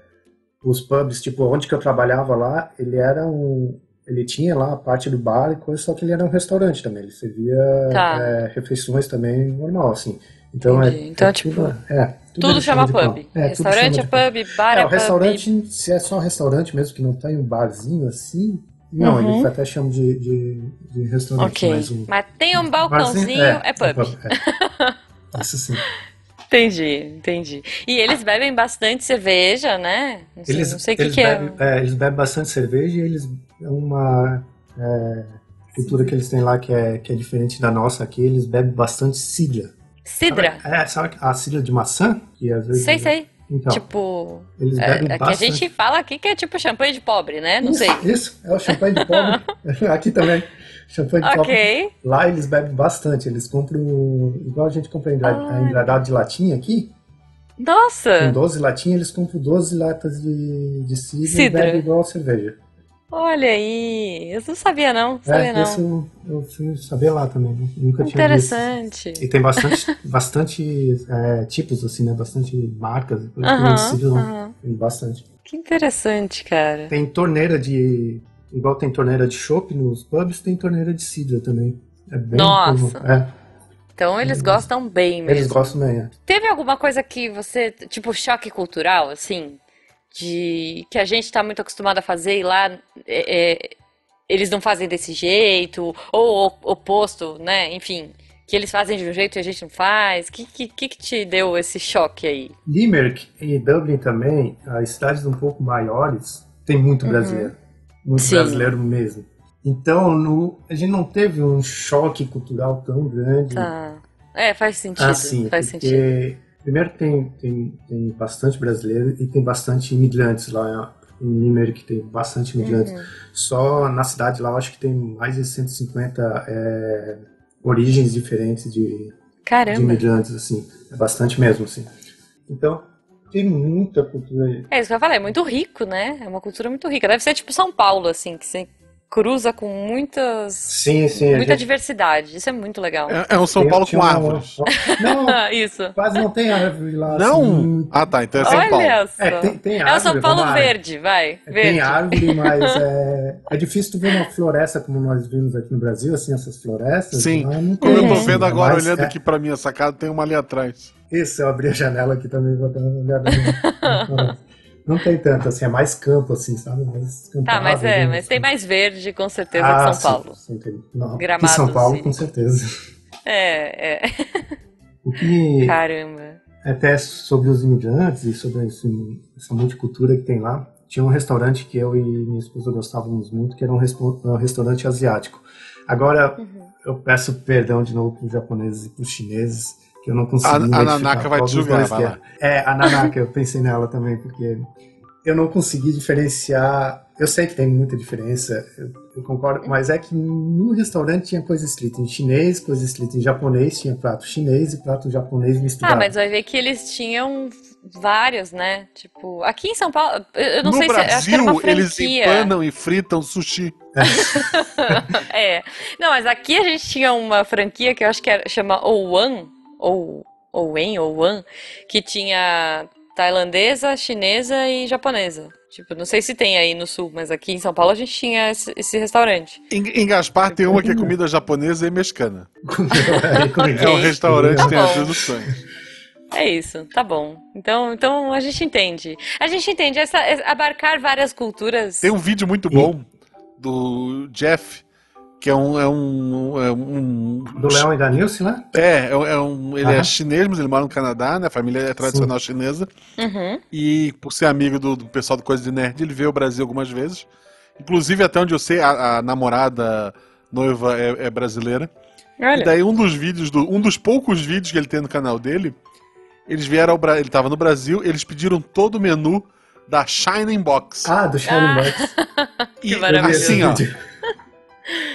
S3: os pubs, tipo, onde que eu trabalhava lá, ele era um. Ele tinha lá a parte do bar e coisa, só que ele era um restaurante também. Ele servia
S1: Tá.
S3: é, refeições também normal, assim. Então é.
S1: Entendi. Então,
S3: é
S1: tipo,
S3: tudo- é, tudo
S1: Tudo
S3: eles
S1: chama
S3: chamam de
S1: pub.
S3: É, tudo chama
S1: Restaurante é
S3: de
S1: pub, bar
S3: É,
S1: é
S3: o
S1: pub.
S3: restaurante, se é só restaurante mesmo, que não tem um barzinho assim. Não,
S1: Uhum.
S3: eles até chamam de, de, de restaurante,
S1: Ok.
S3: mas um.
S1: Mas tem um
S3: barzinho um
S1: balcãozinho, é pub. [LAUGHS]
S3: é. Isso sim.
S1: Entendi, entendi. E eles bebem bastante cerveja, né? Não sei, não sei o que,
S3: eles
S1: que é.
S3: bebem, é, eles bebem bastante cerveja e eles é uma é, cultura que eles têm lá que é, que é diferente da nossa aqui, eles bebem bastante cidra.
S1: Cidra.
S3: Sabe, é, sabe a cidra de maçã? Que às vezes,
S1: Sei, sei.
S3: Então,
S1: Tipo,
S3: eles
S1: é,
S3: bebem
S1: é que a
S3: bastante.
S1: gente fala aqui que é tipo champanhe de pobre, né? Não sei.
S3: Isso, isso, é o champanhe de pobre. [LAUGHS] aqui também. Champanhe de pobre.
S1: Ok.
S3: Lá eles bebem bastante, eles compram, um, igual a gente compra engra-
S1: Ai.
S3: engradado de latinha aqui, com
S1: Nossa,
S3: 12 latinhas, eles compram 12 latas de, de cidra,
S1: Cidra.
S3: e bebem igual cerveja.
S1: olha aí. Eu não sabia não, não sabia
S3: É,
S1: não.
S3: isso eu- eu fui saber lá também. né? Nunca tinha visto.
S1: Interessante.
S3: E tem bastante, [LAUGHS] bastante é, tipos, assim, né? Bastante marcas. né? e coisas
S1: Aham,
S3: conhecidas lá.
S1: aham.
S3: Tem bastante.
S1: Que interessante, cara.
S3: Tem torneira de... Igual tem torneira de chopp nos pubs, tem torneira de cidra também. É bem
S1: Nossa.
S3: comum. É,
S1: Então eles gostam bem mesmo.
S3: eles gostam mesmo. é.
S1: Teve alguma coisa que você, tipo, choque cultural, assim, de que a gente tá muito acostumado a fazer e lá é, é, eles não fazem desse jeito, ou o oposto, né? Enfim, que eles fazem de um jeito e a gente não faz. Que que, que que te deu esse choque aí?
S3: Limerick e Dublin também, as cidades um pouco maiores, tem muito
S1: Uhum.
S3: brasileiro. Muito
S1: Sim.
S3: brasileiro mesmo. Então, no- a gente não teve um choque cultural tão grande.
S1: Tá. É, faz sentido,
S3: Ah, sim,
S1: faz
S3: porque
S1: sentido.
S3: primeiro tem, tem, tem bastante brasileiro e tem bastante imigrantes lá em Limerick, tem bastante imigrantes.
S1: Uhum.
S3: Só na cidade lá, eu acho que tem mais de 150 é, origens diferentes de, de
S1: Caramba.
S3: imigrantes, assim. É bastante mesmo, assim. Então, tem muita cultura aí.
S1: É isso que eu falei, é muito rico, né? É uma cultura muito rica. Deve ser tipo São Paulo, assim, que você cruza com muitas.
S3: Sim, sim. a
S1: Muita
S3: gente-
S1: diversidade. Isso é muito legal. Ah,
S2: É, é um São
S3: eu
S2: Paulo
S3: tinha
S2: com
S3: uma-
S2: árvores.
S3: [LAUGHS]
S1: [LAUGHS]
S3: Não,
S1: Isso.
S3: quase não tem árvore lá.
S2: Não?
S3: assim.
S2: Ah, tá. Então é São Paulo.
S1: Olha só.
S3: É, tem, tem
S1: É
S3: árvore.
S1: o São
S3: vamos
S1: Paulo
S3: lá.
S1: verde, vai. Verde.
S3: Tem É árvore, mas
S1: [LAUGHS]
S3: é, é difícil tu ver uma floresta como nós vimos aqui no Brasil, assim, essas florestas.
S2: Sim.
S3: lá não
S2: Como eu
S3: tem,
S2: tô
S3: assim,
S2: vendo agora,
S3: mas
S2: olhando
S3: é-
S2: aqui pra minha sacada, tem uma ali atrás.
S3: Isso, eu abri a janela aqui também, vou dar uma olhada.
S1: [LAUGHS]
S3: né? Não tem tanto, assim, é mais campo, assim, sabe? Mais
S1: Tá,
S3: cantado,
S1: mas é,
S3: né?
S1: mas tem mais verde, com certeza,
S3: Ah,
S1: que São Paulo.
S3: Sim, sim, tem. Não, que
S1: Gramado,
S3: São Paulo,
S1: sim.
S3: com certeza.
S1: É, é.
S3: O
S1: [LAUGHS]
S3: que
S1: Caramba.
S3: até sobre os imigrantes e sobre esse- essa multicultura que tem lá, tinha um restaurante que eu e minha esposa gostávamos muito, que era um, respo- um restaurante asiático. Agora,
S1: Uhum.
S3: eu peço perdão de novo para os japoneses e para os chineses, que eu não consegui
S2: A- a
S3: identificar
S2: Nanaka vai
S3: qual
S2: te
S3: dos
S2: julgar,
S3: dois
S2: vai
S3: que é.
S2: lá.
S3: É, a Nanaka, eu pensei nela também, porque eu não consegui diferenciar. Eu sei que tem muita diferença, eu, eu concordo, mas é que no restaurante tinha coisa escrita em chinês, coisa escrita em japonês, tinha prato chinês e prato japonês
S1: Ah,
S3: misturado.
S1: mas vai ver que eles tinham vários, né? Tipo, aqui em São Paulo, eu- eu não
S2: no
S1: sei se acho que
S2: Brasil,
S1: era uma
S2: eles
S1: franquia.
S2: empanam e fritam sushi.
S1: [LAUGHS] É. Não, mas aqui a gente tinha uma franquia que eu acho que era, chama Owan, ou Owen, Owan, que tinha tailandesa, chinesa e japonesa. Tipo, não sei se tem aí no sul, mas aqui em São Paulo a gente tinha esse, esse restaurante.
S2: Em, em Gaspar tem uma que é comida japonesa e mexicana.
S1: [LAUGHS]
S2: É um
S1: Ok.
S2: restaurante,
S1: Tá
S2: tem as
S1: bom.
S2: duas opções.
S1: É isso, tá bom. Então, então a gente entende. A gente entende essa, é- abarcar várias culturas.
S2: Tem um vídeo muito bom do Jeff, que é um. É, um, é, um-
S3: [LAUGHS] Do Leão e da Nilce, né?
S2: é, é um- é um- ele é
S3: Aham.
S2: chinês, mas ele mora no Canadá, né? A família é tradicional chinesa.
S1: Uhum.
S2: E por ser amigo do, do pessoal do Coisa de Nerd, ele veio ao Brasil algumas vezes. Inclusive, até onde eu sei, a, a namorada noiva é, é brasileira. E
S1: Olha.
S2: daí um dos vídeos, do, um dos poucos vídeos que ele tem no canal dele, eles vieram ao Brasil, ele tava no Brasil, eles pediram todo o menu da Shining Box.
S3: Ah, do Shadow
S1: Ah,
S3: Box.
S2: e
S1: maravilhoso.
S2: assim, ó,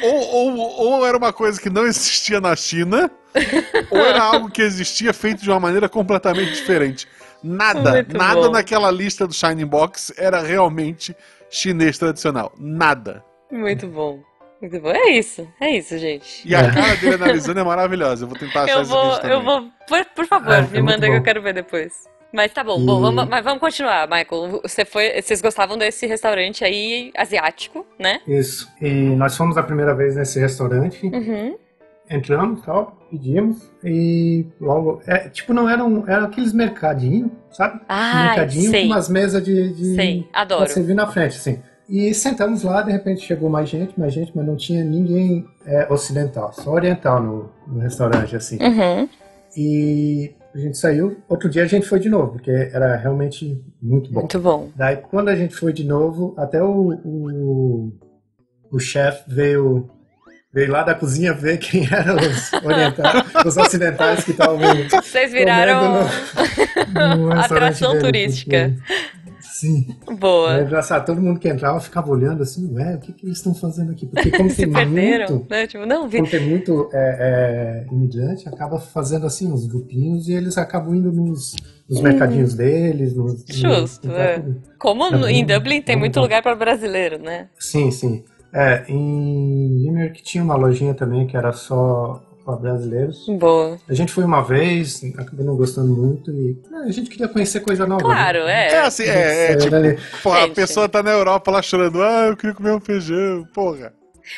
S2: ou, ou, ou era uma coisa que não existia na China,
S1: [LAUGHS]
S2: ou era algo que existia feito de uma maneira completamente diferente. Nada,
S1: Muito
S2: nada
S1: bom.
S2: naquela lista do Shining Box era realmente chinês tradicional. Nada.
S1: Muito bom. Muito bom. É isso, é isso, gente.
S2: E a
S3: É.
S2: cara dele analisando é maravilhosa. Eu vou tentar achar
S1: Eu
S2: esse
S1: vou,
S2: vídeo também.
S1: eu vou. Por, por favor,
S3: Ah, é
S1: me
S3: muito
S1: manda que
S3: bom.
S1: eu quero ver depois. Mas tá bom,
S3: E-
S1: bom, vamos, mas vamos continuar, Michael. Você foi, vocês gostavam desse restaurante aí asiático, né?
S3: Isso. E nós fomos a primeira vez nesse restaurante,
S1: Uhum.
S3: entramos, tal, pedimos e logo, é, tipo, não era um, era aqueles mercadinho, sabe?
S1: Ah,
S3: mercadinho
S1: sei,
S3: com umas mesas de, de
S1: sei,
S3: pra
S1: adoro.
S3: servir na frente, assim. E sentamos lá, de repente chegou mais gente, mais gente, mas não tinha ninguém é, ocidental, só oriental no, no restaurante, assim.
S1: Uhum.
S3: E a gente saiu, outro dia a gente foi de novo, porque era realmente muito bom.
S1: Muito bom.
S3: Daí, quando a gente foi de novo, até o, o, o chefe veio, veio lá da cozinha ver quem [LAUGHS] eram os, orientais, os ocidentais que estavam
S1: Vocês
S3: né? [LAUGHS]
S1: viraram
S3: comendo no- no restaurante
S1: atração
S3: dele,
S1: turística.
S3: porque- Sim. É
S1: boa.
S3: engraçado, todo mundo que entrava ficava olhando assim, ué, o que, que eles estão fazendo aqui? Porque
S1: [LAUGHS]
S3: como
S1: Se
S3: tem
S1: perderam,
S3: muito,
S1: né? Tipo, não vi.
S3: como tem muito é, é, imigrante, acaba fazendo assim uns grupinhos e eles acabam indo nos, nos mercadinhos deles. Nos, nos-
S1: Uhum. Justo, é. Como
S3: Tá
S1: no- em Dublin tem muito lugar para brasileiro, né?
S3: Sim, sim. É, em Limerick tinha uma lojinha também que era só para brasileiros.
S1: Boa.
S3: A gente foi uma vez, acabei não gostando muito e é, a gente queria conhecer coisa nova.
S1: Claro,
S3: né?
S2: É
S1: é.
S2: assim, é, é,
S3: Saiu
S2: tipo,
S3: dali.
S2: pô, a
S1: Gente.
S2: pessoa tá na Europa lá chorando, ah, eu queria comer um feijão, porra.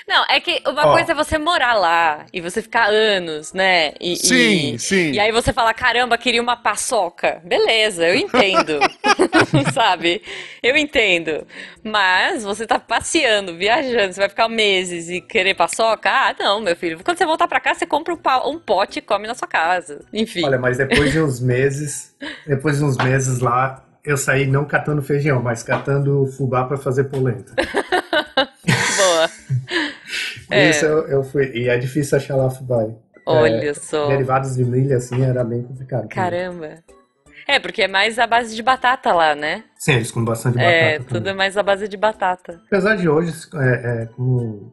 S1: Não, é que uma
S3: Ó.
S1: coisa é você morar lá e você ficar anos, né? E,
S2: Sim,
S1: e-
S2: sim.
S1: E aí você fala, caramba, queria uma paçoca. Beleza, eu entendo. [LAUGHS] Sabe? Eu entendo. Mas você tá passeando, viajando, você vai ficar meses e querer paçoca? Ah, não, meu filho. Quando você voltar pra cá, você compra um, pa- um pote e come na sua casa. Enfim.
S3: Olha, mas depois de uns meses, depois de uns meses lá, eu saí não catando feijão, mas catando fubá para fazer polenta.
S1: Boa.
S3: é, Por
S1: É.
S3: isso eu, eu fui. E é difícil achar lá fubá.
S1: Olha só.
S3: Derivados de milho, assim, era bem complicado.
S1: Caramba. É, porque é mais a base de batata lá, né?
S3: Sim, eles comem bastante batata.
S1: É,
S3: também.
S1: tudo é mais a base de batata.
S3: Apesar de hoje, é, é, como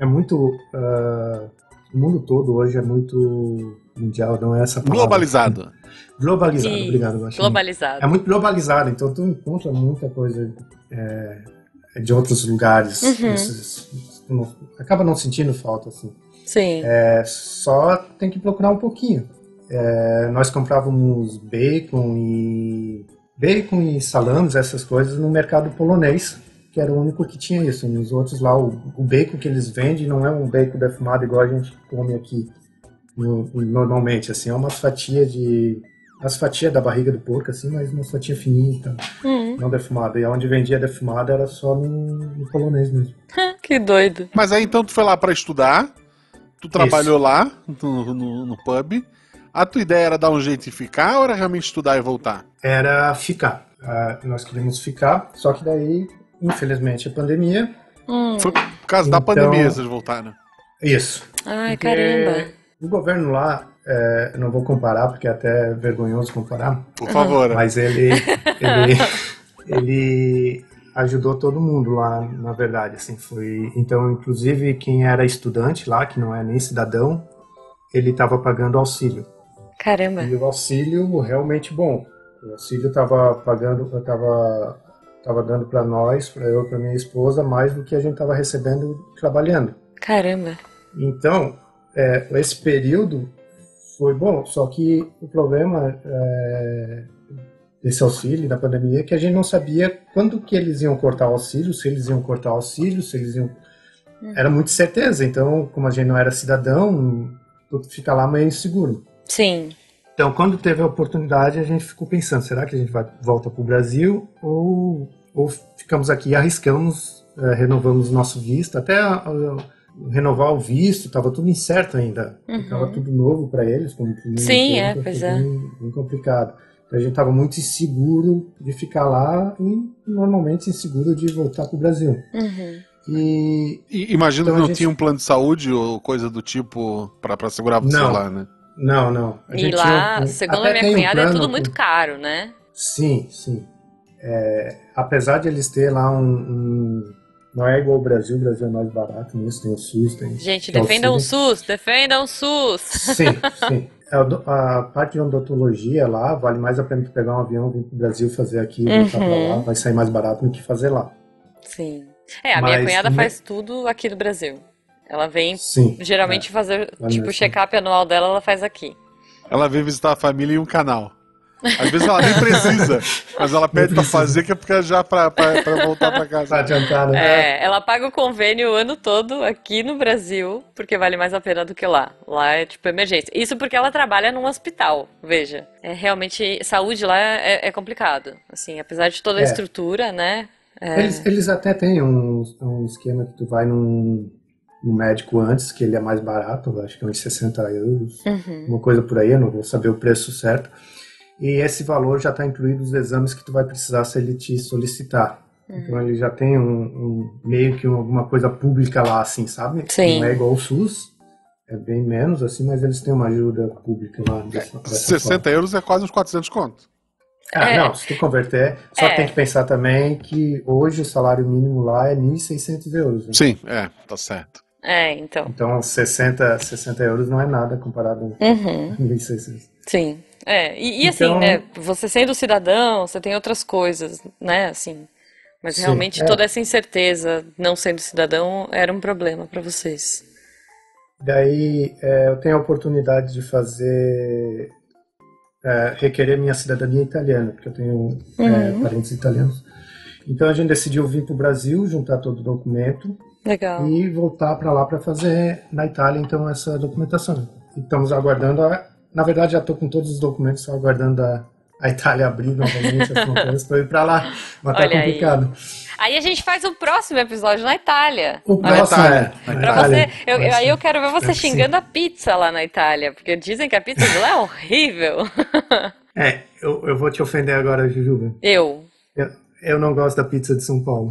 S3: é muito. ah, o mundo todo hoje é muito mundial, não é essa palavra.
S2: Globalizado.
S3: Globalizado,
S1: Isso,
S3: obrigado, Baixinho.
S1: Globalizado.
S3: É muito globalizado, então tu encontra muita coisa é, de outros lugares.
S1: Uhum.
S3: esses- não- acaba não sentindo falta, assim.
S1: Sim.
S3: É, só tem que procurar um pouquinho. É, nós comprávamos bacon e bacon e salames, essas coisas, no mercado polonês, que era o único que tinha isso. Nos outros lá, o, o bacon que eles vendem não é um bacon defumado igual a gente come aqui no- normalmente, assim, é umas fatias de as fatias da barriga do porco, assim, mas uma fatia fininha, e tal,
S1: Hum, [LAUGHS]
S3: não defumada. E onde vendia defumada era só no, no polonês mesmo.
S1: que doido.
S2: Mas aí então tu foi lá pra estudar, tu trabalhou lá no, no, no pub. A tua ideia era dar um jeito e ficar ou era realmente estudar e voltar?
S3: era ficar. Ah, nós queríamos ficar, só que daí, infelizmente, a pandemia.
S1: Hum.
S2: Foi por causa da
S3: Então-
S2: pandemia vocês voltaram. né?
S3: Isso.
S1: Ai,
S3: Porque
S1: caramba.
S3: O governo lá, eh, eu não vou comparar, porque é até vergonhoso comparar,
S2: Por favor.
S3: Ah, mas
S1: [LAUGHS]
S3: ele, ele, ele ajudou todo mundo lá, na verdade. Assim, foi, então, inclusive, quem era estudante lá, que não é nem cidadão, ele estava pagando auxílio.
S1: Caramba.
S3: E o auxílio realmente bom. O auxílio estava pagando, eu tava, tava dando para nós, para eu, para minha esposa, mais do que a gente estava recebendo trabalhando.
S1: Caramba.
S3: Então, é, esse período foi bom, só que o problema é, desse auxílio da pandemia é que a gente não sabia quando que eles iam cortar o auxílio, se eles iam cortar o auxílio, se eles iam... Era muito certeza, então, como a gente não era cidadão, tudo fica lá meio inseguro.
S1: Sim.
S3: Então, quando teve a oportunidade, a gente ficou pensando: será que a gente vai, volta para o Brasil ou, ou ficamos aqui e arriscamos, eh, renovamos o nosso visto? Até ah, ah, renovar o visto, estava tudo incerto ainda.
S1: Uhum.
S3: Estava tudo novo para eles. Como pro mundo
S1: Sim,
S3: inteiro,
S1: é,
S3: então
S1: pois
S3: foi
S1: é.
S3: Bem, bem complicado. Então, a gente estava muito inseguro de ficar lá e normalmente inseguro de voltar para o Brasil.
S1: Uhum.
S3: E
S2: E imagino
S3: Então
S2: que
S3: a
S2: não
S3: gente-
S2: tinha um plano de saúde ou coisa do tipo pra, pra segurar você
S3: Não.
S2: lá, né?
S3: não, não. A
S1: E
S3: gente
S1: lá,
S3: tinha um-
S1: segundo
S3: até
S1: a minha
S3: tem um
S1: cunhada, é
S3: plano
S1: tudo
S3: com-
S1: muito caro, né?
S3: Sim, sim. É, apesar de eles terem lá um, um- Não é igual o Brasil, o Brasil é mais barato nisso, tem o SUS, tem.
S1: Gente,
S3: tem
S1: defendam o
S3: auxílio.
S1: SUS, defendam o SUS.
S3: Sim, sim. É, o do- A parte de odontologia lá vale mais a pena tu pegar um avião, vir pro Brasil, fazer aqui e voltar pra
S1: Uhum.
S3: lá, vai sair mais barato do que fazer lá.
S1: Sim. É, a minha
S3: Mas
S1: cunhada
S3: me-
S1: faz tudo aqui do Brasil. Ela vem
S3: Sim.
S1: geralmente fazer,
S3: É. lá
S1: tipo,
S3: mesmo.
S1: o check-up anual dela, ela faz aqui.
S2: Ela veio visitar a família em um canal. Às vezes ela nem
S3: [LAUGHS]
S2: precisa, mas ela pede pra fazer que é porque é já pra, pra, pra voltar pra
S3: Pra
S2: casa.
S3: adiantar, né?
S1: É, ela paga o convênio o ano todo aqui no Brasil, porque vale mais a pena do que lá. Lá é tipo emergência. Isso porque ela trabalha num hospital, veja. É realmente, saúde lá é, é complicado. Assim, apesar de toda a
S3: É.
S1: estrutura, né? É.
S3: Eles, eles até têm um, um esquema que tu vai num, num médico antes, que ele é mais barato, eu acho que é uns 60 euros,
S1: Uhum.
S3: uma coisa por aí, eu não vou saber o preço certo. E esse valor já está incluído os exames que tu vai precisar se ele te solicitar.
S1: Hum.
S3: Então ele já tem um, um- meio que alguma coisa pública lá, assim, sabe?
S1: Sim.
S3: Não é igual o SUS, é bem menos assim, mas eles têm uma ajuda pública lá. Dessa, dessa
S2: 60 euros é quase uns 400 conto.
S3: forma. Ah,
S1: É.
S3: não, se tu converter, só
S1: É.
S3: que tem que pensar também que hoje o salário mínimo lá é 1.600 euros. né?
S2: Sim, é, tá certo.
S1: É, então.
S3: Então 60, 60 euros não é nada comparado
S1: Uhum.
S3: a 1.600.
S1: Sim. É, e, e assim,
S3: Então-
S1: né, você sendo cidadão, você tem outras coisas, né, assim. Mas
S3: Sim,
S1: realmente
S3: é.
S1: toda essa incerteza, não sendo cidadão, era um problema pra vocês.
S3: Daí eh, eu tenho a oportunidade de fazer eh, requerer minha cidadania italiana, porque eu tenho eh,
S1: Uhum.
S3: parentes italianos. Então a gente decidiu vir para o Brasil, juntar todo o documento
S1: Legal.
S3: e voltar para lá para fazer na Itália então essa documentação. E estamos aguardando, a, na verdade já estou com todos os documentos, só aguardando a, a Itália abrir novamente as
S1: [LAUGHS]
S3: fronteiras para ir para lá, mas tá
S1: Olha aí.
S3: complicado.
S1: Aí a gente faz o próximo episódio na Itália.
S3: O
S1: Olha,
S3: próximo
S2: Itália.
S3: é
S2: Pra
S1: pra você, eu, eu- aí eu quero ver você
S3: Parece-
S1: xingando a pizza lá na Itália, porque dizem que a pizza de lá é horrível.
S3: É, eu, eu vou te ofender agora, Jujuba.
S1: Eu.
S3: Eu não gosto da pizza de São Paulo.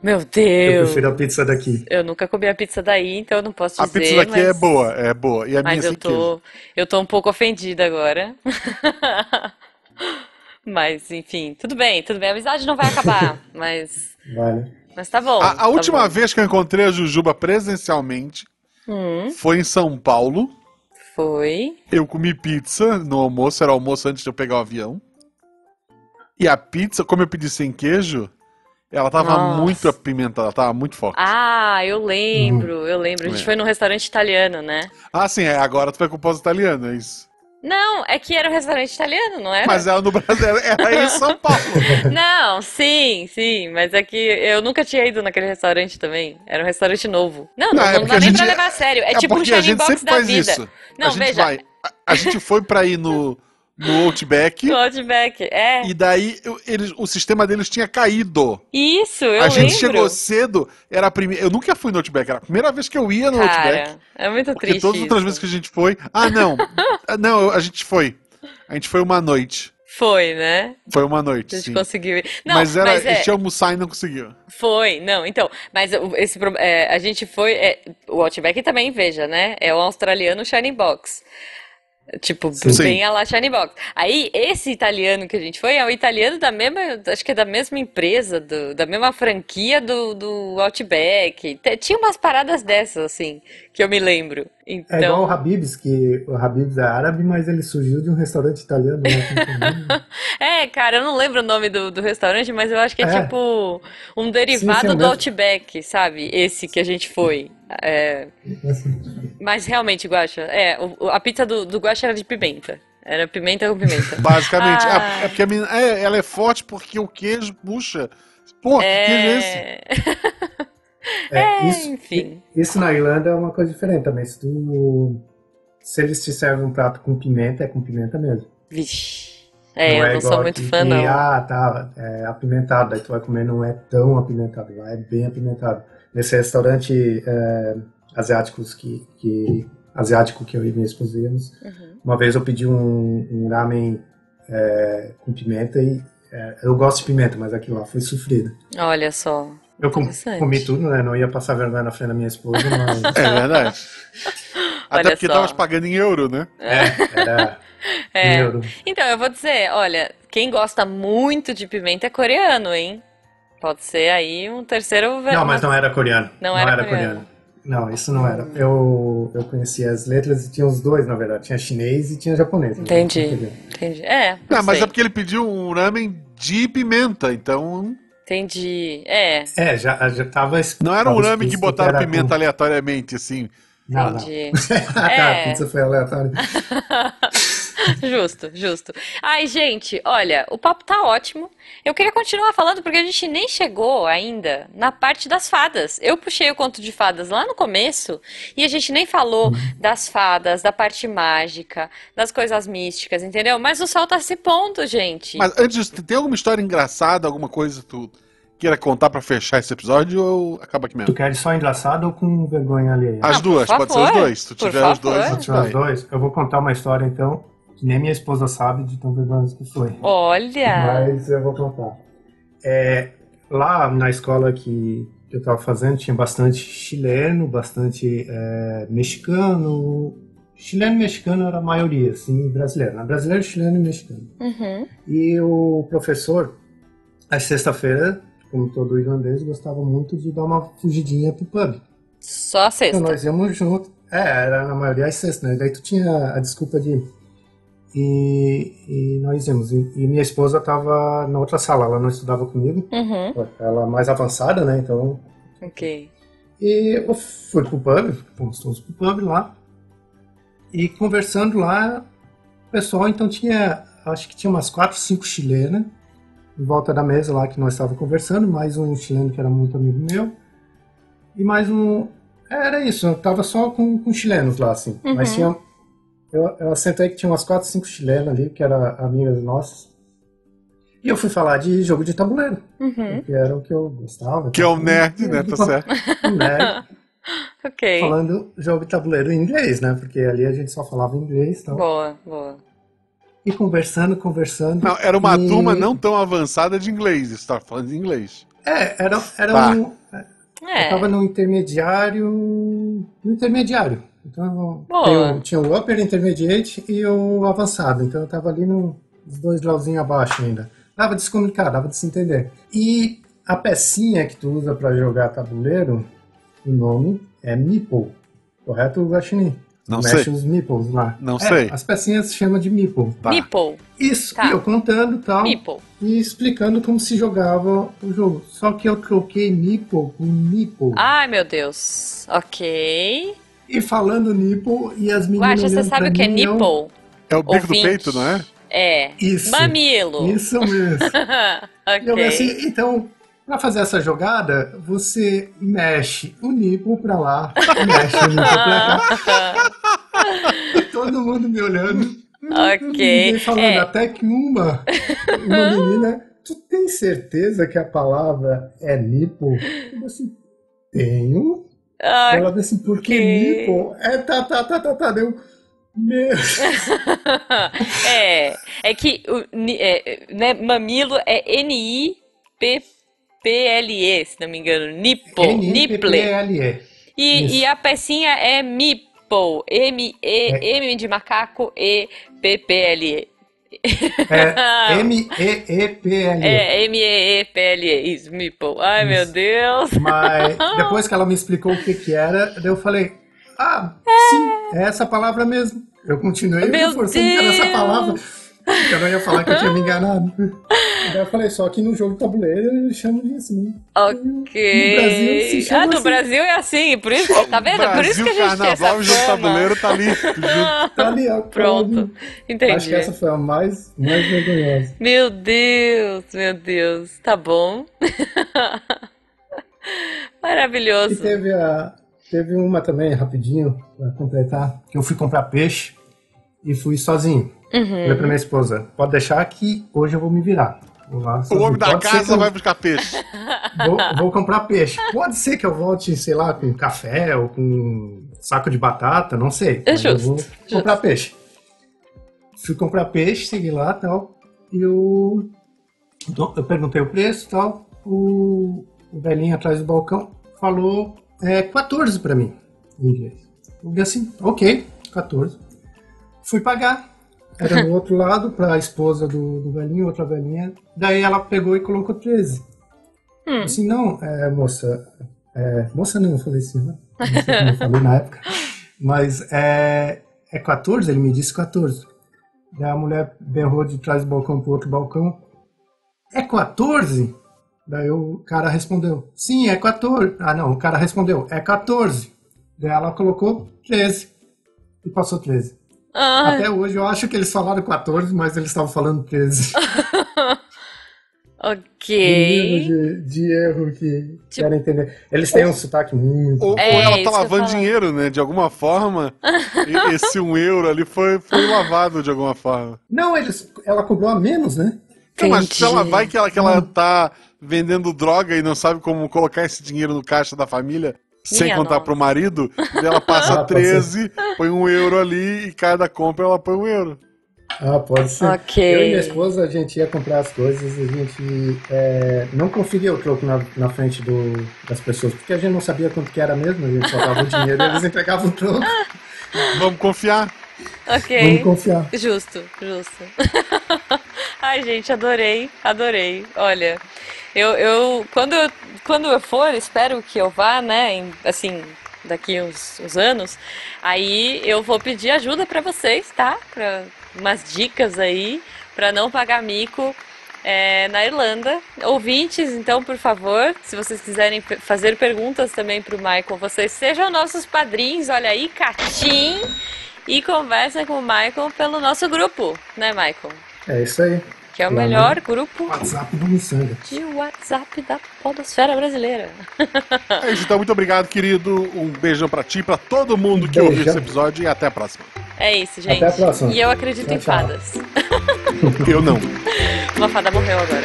S1: Meu
S3: Eu,
S1: Deus.
S3: prefiro a pizza daqui.
S1: Eu nunca comi a pizza daí, então eu não posso
S2: A
S1: dizer,
S2: pizza daqui é
S1: mas-
S2: boa, é boa. E a minha
S1: Mas eu
S2: sem queijo.
S1: tô, eu tô um pouco ofendida agora. [LAUGHS] Mas, enfim, tudo bem, tudo bem. A amizade não vai
S2: [LAUGHS]
S1: acabar, mas,
S3: Vale.
S1: mas tá bom.
S2: A,
S1: tá
S2: a última
S1: bom.
S2: vez que eu encontrei a Jujuba presencialmente
S1: Hum,
S2: foi em São Paulo.
S1: foi.
S2: Eu comi pizza no almoço, era almoço antes de eu pegar o avião. E a pizza, como eu pedi sem queijo, Ela tava
S1: Nossa.
S2: muito apimentada, ela tava muito forte. Ah,
S1: Ah, eu lembro, eu lembro. A gente
S2: É.
S1: foi num restaurante italiano, né?
S2: sim, é, agora tu vai com o pós italiano, é isso.
S1: Não, é que era um restaurante italiano, não era?
S2: Mas ela no Brasil, era- era em São Paulo.
S1: [LAUGHS] Não, sim, sim, mas é que eu nunca tinha ido naquele restaurante também. Era um restaurante novo. Não,
S2: Não,
S1: não,
S2: é
S1: não
S2: porque a
S1: dá nem
S2: gente-
S1: pra levar a sério. [LAUGHS] É,
S2: É
S1: tipo um
S2: porque a
S1: shining
S2: gente
S1: box
S2: sempre
S1: da
S2: faz
S1: vida.
S2: isso.
S1: Não,
S2: a gente
S1: veja,
S2: vai. A, a gente foi pra ir no, no Outback
S1: [LAUGHS] no Outback. É.
S2: e daí eu- eles, o sistema deles tinha caído.
S1: Isso, eu
S2: a gente
S1: lembro.
S2: chegou assim cedo, era a primeira. Eu nunca fui no Outback, era a primeira vez que eu ia no Outback.
S1: Cara, é muito
S2: Porque
S1: triste
S2: todas as outras
S1: isso.
S2: vezes que a gente foi.
S1: [LAUGHS]
S2: Ah, não! Ah, não, eu- a gente foi. A gente foi uma noite.
S1: Foi, né?
S2: Foi uma noite,
S1: A gente
S2: sim.
S1: conseguiu ir. Não,
S2: mas era,
S1: mas
S2: a
S1: é,
S2: gente ia almoçar e não conseguiu.
S1: foi, não, então, mas o- esse pro- é, a gente foi, é, o Outback também, veja, né? É o australiano Shining Box. Tipo,
S2: Sim.
S1: bem a lá Shining Box. Aí, esse italiano que a gente foi é o italiano da mesma, acho que é da mesma empresa, do- da mesma franquia do, do Outback. Te- Tinha umas paradas dessas, assim, que eu me lembro.
S3: É igual
S1: Então,
S3: o Habib's, que o Habib's é árabe, mas ele surgiu de um restaurante italiano. Né?
S1: É, cara, eu não lembro o nome do, do restaurante, mas eu acho que é,
S3: É.
S1: tipo um
S3: Sim,
S1: derivado
S3: sim,
S1: do
S3: mesmo.
S1: Outback, sabe? Esse que a gente foi. É,
S3: Então, assim,
S1: mas realmente, Guaxa, é, o- o- a pizza do, do Guaxa era de pimenta. Era pimenta com
S3: [LAUGHS]
S1: pimenta.
S2: Basicamente.
S1: Ah.
S2: É, é porque a menina, é, ela é forte porque o queijo puxa. Pô, que queijo é esse?
S1: É,
S3: É, isso,
S1: enfim.
S3: isso na Irlanda é uma coisa diferente também. Se, tu, se eles te servem um prato com pimenta, é com pimenta mesmo.
S1: Vixe. É, eu não sou
S3: igual
S1: muito
S3: aqui
S1: fã,
S3: que,
S1: não.
S3: Ah, tá, é apimentado. Aí tu vai comer, não é tão apimentado. Lá é bem apimentado. Nesse restaurante é, asiáticos que, que- asiático que eu e minha esposa íamos,
S1: Uhum.
S3: Uma vez eu pedi um, um ramen é, com pimenta e é, eu gosto de pimenta, mas aquilo lá foi sofrido.
S1: Olha só.
S3: Eu com-
S1: Interessante.
S3: comi tudo, né? Não ia passar vergonha na frente da minha esposa,
S1: [LAUGHS]
S3: mas
S2: É verdade. Até
S1: Olha
S2: porque
S1: só.
S2: tava pagando em euro, né?
S3: é, era um
S1: É.
S3: euro.
S1: Então, eu vou dizer, olha, quem gosta muito de pimenta é coreano, hein? Pode ser aí um terceiro. ve-
S3: Não, é. mas não era coreano.
S1: Não era coreano.
S3: coreano. Não, isso não era. Eu, eu conhecia as letras e tinha os dois, na verdade. Tinha chinês e tinha japonês. né?
S1: Entendi.
S3: Quer dizer,
S1: Entendi. É,
S2: Não, mas é
S1: sei.
S2: porque ele pediu um ramen de pimenta, então.
S1: Entendi. É,
S3: É, já, já tava.
S2: Não era um
S3: tava
S2: ramen que
S3: explícito
S2: botaram
S3: era
S2: pimenta
S3: com-
S2: aleatoriamente, assim.
S3: Não, [LAUGHS] não.
S1: entendi. [LAUGHS]
S3: tá,
S1: É.
S3: a pizza
S2: [LAUGHS]
S3: foi aleatória.
S1: Justo, justo. Ai, gente, olha, o papo tá ótimo. Eu queria continuar falando porque a gente nem chegou ainda na parte das fadas. Eu puxei o conto de fadas lá no começo e a gente nem falou
S3: Uhum.
S1: das fadas, da parte mágica, das coisas místicas, entendeu? Mas o sol tá se pondo, gente.
S2: Mas antes disso, tem alguma história engraçada, alguma coisa que tu queira contar pra fechar esse episódio ou acaba aqui
S3: Tu
S2: mesmo?
S3: queres só engraçado ou com vergonha alheia?
S2: As
S1: Não, por
S2: duas, pode ser os
S1: favor,
S2: dois. Se tu
S1: por
S2: tiver os
S1: favor.
S2: dois, a gente
S3: Entre
S2: Ah,
S3: os
S2: é? vai.
S3: dois, eu vou contar uma história então, que nem minha esposa sabe de tão vergonhosa que foi.
S1: Olha,
S3: Mas eu vou contar. É, lá na escola que eu estava fazendo tinha bastante chileno, bastante é, mexicano. Chileno e mexicano era a maioria, assim, brasileiro. né? Brasileiro, chileno e mexicano.
S1: Uhum.
S3: E o professor, às sexta-feira, como todo irlandês, gostava muito de dar uma fugidinha pro pub.
S1: só a
S3: Então,
S1: sexta.
S3: nós íamos junto. É, era na maioria às sextas, né? Daí tu tinha a desculpa de ir. E, e nós íamos. E, e minha esposa estava na outra sala, ela não estudava comigo.
S1: Uhum,
S3: Ela é mais avançada, né? Então.
S1: ok.
S3: E eu fui pro pub, fomos todos pro pub lá. E conversando lá, o pessoal então tinha. Acho que tinha umas quatro, cinco chilenas em volta da mesa lá que nós estávamos conversando, mais um chileno que era muito amigo meu. E mais um. Era isso, eu tava só com, com chilenos lá, assim.
S1: Uhum.
S3: Mas tinha. Eu, eu sentei que tinha umas 4, 5 chilenas ali, que eram amigas nossas. E eu fui falar de jogo de tabuleiro,
S1: Uhum,
S3: que era o que eu gostava.
S2: Que é um nerd, né? Tá certo.
S3: Um nerd,
S1: ok.
S3: falando jogo de tabuleiro em inglês, né? Porque ali a gente só falava inglês e tal.
S1: Boa, boa.
S3: E conversando, conversando.
S2: Não, era uma
S3: E-
S2: turma não tão avançada de inglês, você tá falando de inglês.
S3: É, era, era
S2: Tá.
S3: um.
S1: É,
S3: Eu tava no intermediário. No intermediário. Então,
S1: Boa.
S3: eu tinha o upper intermediate e o avançado. Então, eu tava ali no, nos dois grauzinhos abaixo ainda. Dava de se comunicar, dava de se entender. E a pecinha que tu usa pra jogar tabuleiro, o nome é Meeple. Correto, Guaxinim?
S2: Não
S3: mexe
S2: sei.
S3: os meeples lá.
S2: Não
S3: É,
S2: sei.
S3: As pecinhas se chama de meeple.
S2: Tá.
S1: Meeple.
S3: Isso,
S1: Tá.
S3: e eu contando e tal,
S1: Meeple.
S3: e explicando como se jogava o jogo. Só que eu troquei meeple por meeple.
S1: Ai, meu Deus. Ok.
S3: E falando nipple, e as meninas
S1: Guaxa, você
S3: olhando
S1: sabe
S3: pra
S1: o que é
S3: mim, eu-
S1: nipple?
S2: É o bico
S1: Ouvinte.
S2: do peito, não é?
S1: É.
S3: Isso.
S1: Mamilo.
S3: Isso mesmo. E
S1: [LAUGHS]
S3: eu
S1: ok. [LAUGHS]
S3: assim, então, pra fazer essa jogada, você mexe o nipple pra lá, mexe o nipple pra cá, e todo mundo me olhando.
S1: ok.
S3: Ninguém falando,
S1: É,
S3: até que uma,
S1: [LAUGHS]
S3: uma menina, tu tem certeza que a palavra é nipple? Eu assim, tenho.
S1: ah,
S3: Ela disse, por que
S1: Ok.
S3: nipple? É, tá, tá, tá, tá, tá, deu. Meu,
S1: [LAUGHS] é, é que o ni- é, né, mamilo é N-I-P-P-L-E, se não me engano. Nipple. Nipple.
S3: N-I-P-P-L-E.
S1: E, e a pecinha é Meeple. M-E-M de macaco E-P-P-L-E. [LAUGHS]
S3: É M-E-E-P-L-E.
S1: É, M-E-E-P-L-E. Isso, Meeple. Ai, meu
S3: Isso.
S1: Deus. [LAUGHS]
S3: Mas depois que ela me explicou o que que era, daí eu falei, ah, sim, é essa palavra mesmo. Eu continuei
S1: Meu
S3: reforçando que era essa
S1: Deus!
S3: palavra. Eu não ia falar que eu tinha me enganado. Daí eu falei, só que no jogo de tabuleiro eles chamam disso, né?
S1: Ok.
S3: No Brasil se chama
S1: ah, no
S3: assim.
S1: Brasil é assim, por isso, tá vendo? por isso que
S2: Brasil,
S1: a gente
S2: carnaval e
S1: tem
S2: jogo de
S1: essa fama.
S2: tabuleiro tá
S1: [LAUGHS]
S2: ali. junto.
S3: Tá ali, ó,
S1: Pronto, [LAUGHS] entendi.
S3: Acho que essa foi a mais, mais vergonhosa.
S1: Meu Deus, meu Deus, tá bom. [LAUGHS]
S3: E
S1: Maravilhoso.
S3: teve, a, teve uma também, rapidinho, pra completar, que eu fui comprar peixe e fui sozinho. Falei
S1: Uhum.
S3: pra minha esposa, pode deixar que hoje eu vou me virar. Vou lá
S2: O
S3: sozinho.
S2: homem da
S3: Pode ser que
S2: casa
S3: eu
S2: vai buscar peixe.
S3: Vou, vou comprar peixe. Pode ser que eu volte, sei lá, com café ou com um saco de batata, não sei.
S1: É
S3: Mas eu
S1: justo,
S3: vou comprar peixe. Fui comprar peixe, segui lá e tal. E o. Eu perguntei o preço e tal. O, o velhinho atrás do balcão falou é, 14 pra mim, em inglês. Eu disse assim, ok, 14. Fui pagar.
S1: [LAUGHS]
S3: Era do outro lado, pra esposa do, do velhinho, outra velhinha. Daí ela pegou e colocou 13.
S1: Hum.
S3: Eu Assim, não, é, moça. é, moça não, eu falei assim, né? Não sei como eu falei na época.
S1: [LAUGHS]
S3: Mas é, é 14? Ele me disse 14. Daí a mulher berrou de trás do balcão pro outro balcão. É 14? Daí o cara respondeu, sim, é 14. Ah, não, o cara respondeu, é 14. Daí ela colocou 13. E passou 13.
S1: [LAUGHS] Ah,
S3: Até hoje eu acho que eles falaram 14, mas eles estavam falando 13. [LAUGHS] O
S1: ok.
S3: nível de, de erro que
S1: Tipo-
S3: querem entender. Eles têm um sotaque muito.
S2: Ou,
S1: É,
S2: ou ela
S1: isso
S2: tá
S1: que eu
S2: lavando
S1: ia falar.
S2: dinheiro, né? De alguma forma.
S1: [LAUGHS]
S2: E- Esse um euro ali foi, foi lavado de alguma forma.
S3: Não, eles, ela cobrou a menos, né?
S2: Não, Então, mas
S1: Entendi.
S2: se ela vai que ela, que ela tá vendendo droga e não sabe como colocar esse dinheiro no caixa da família, sem
S1: Minha
S2: contar
S1: nossa.
S2: pro marido, daí ela passa
S3: Ah, pode
S2: 13, põe um euro ali e cada compra ela põe um euro.
S3: Ah, pode ser. Eu e
S1: Ok.
S3: minha esposa, a gente ia comprar as coisas e a gente é, não conferia o troco na, na frente do, das pessoas, porque a gente não sabia quanto que era mesmo, a gente só dava o dinheiro e eles entregavam o troco.
S2: Vamos confiar.
S1: Ok.
S3: Vamos confiar.
S1: Justo, justo. [LAUGHS] Ai, gente, adorei, adorei. Olha, eu, eu quando, eu quando eu for, espero que eu vá, né, em- assim, daqui uns, uns anos, aí eu vou pedir ajuda pra vocês, tá? Pra umas dicas aí pra não pagar mico é, na Irlanda. Ouvintes, então, por favor, se vocês quiserem pe- fazer perguntas também pro Michael, vocês sejam nossos padrinhos, olha aí, Catim e conversa com o Michael pelo nosso grupo, né, Michael?
S3: É isso aí.
S1: Que é o
S3: Lá no-
S1: melhor grupo
S3: WhatsApp do Missanga.
S1: de WhatsApp da Podosfera Brasileira.
S2: É isso, então muito obrigado, querido. Um beijão pra ti, pra todo mundo que ouviu
S3: Beijão.
S2: esse episódio e até a próxima.
S1: É isso, gente.
S3: a próxima.
S1: E eu acredito
S3: Tchau,
S1: em
S3: tchau.
S1: fadas.
S2: Eu não.
S1: Uma fada morreu agora.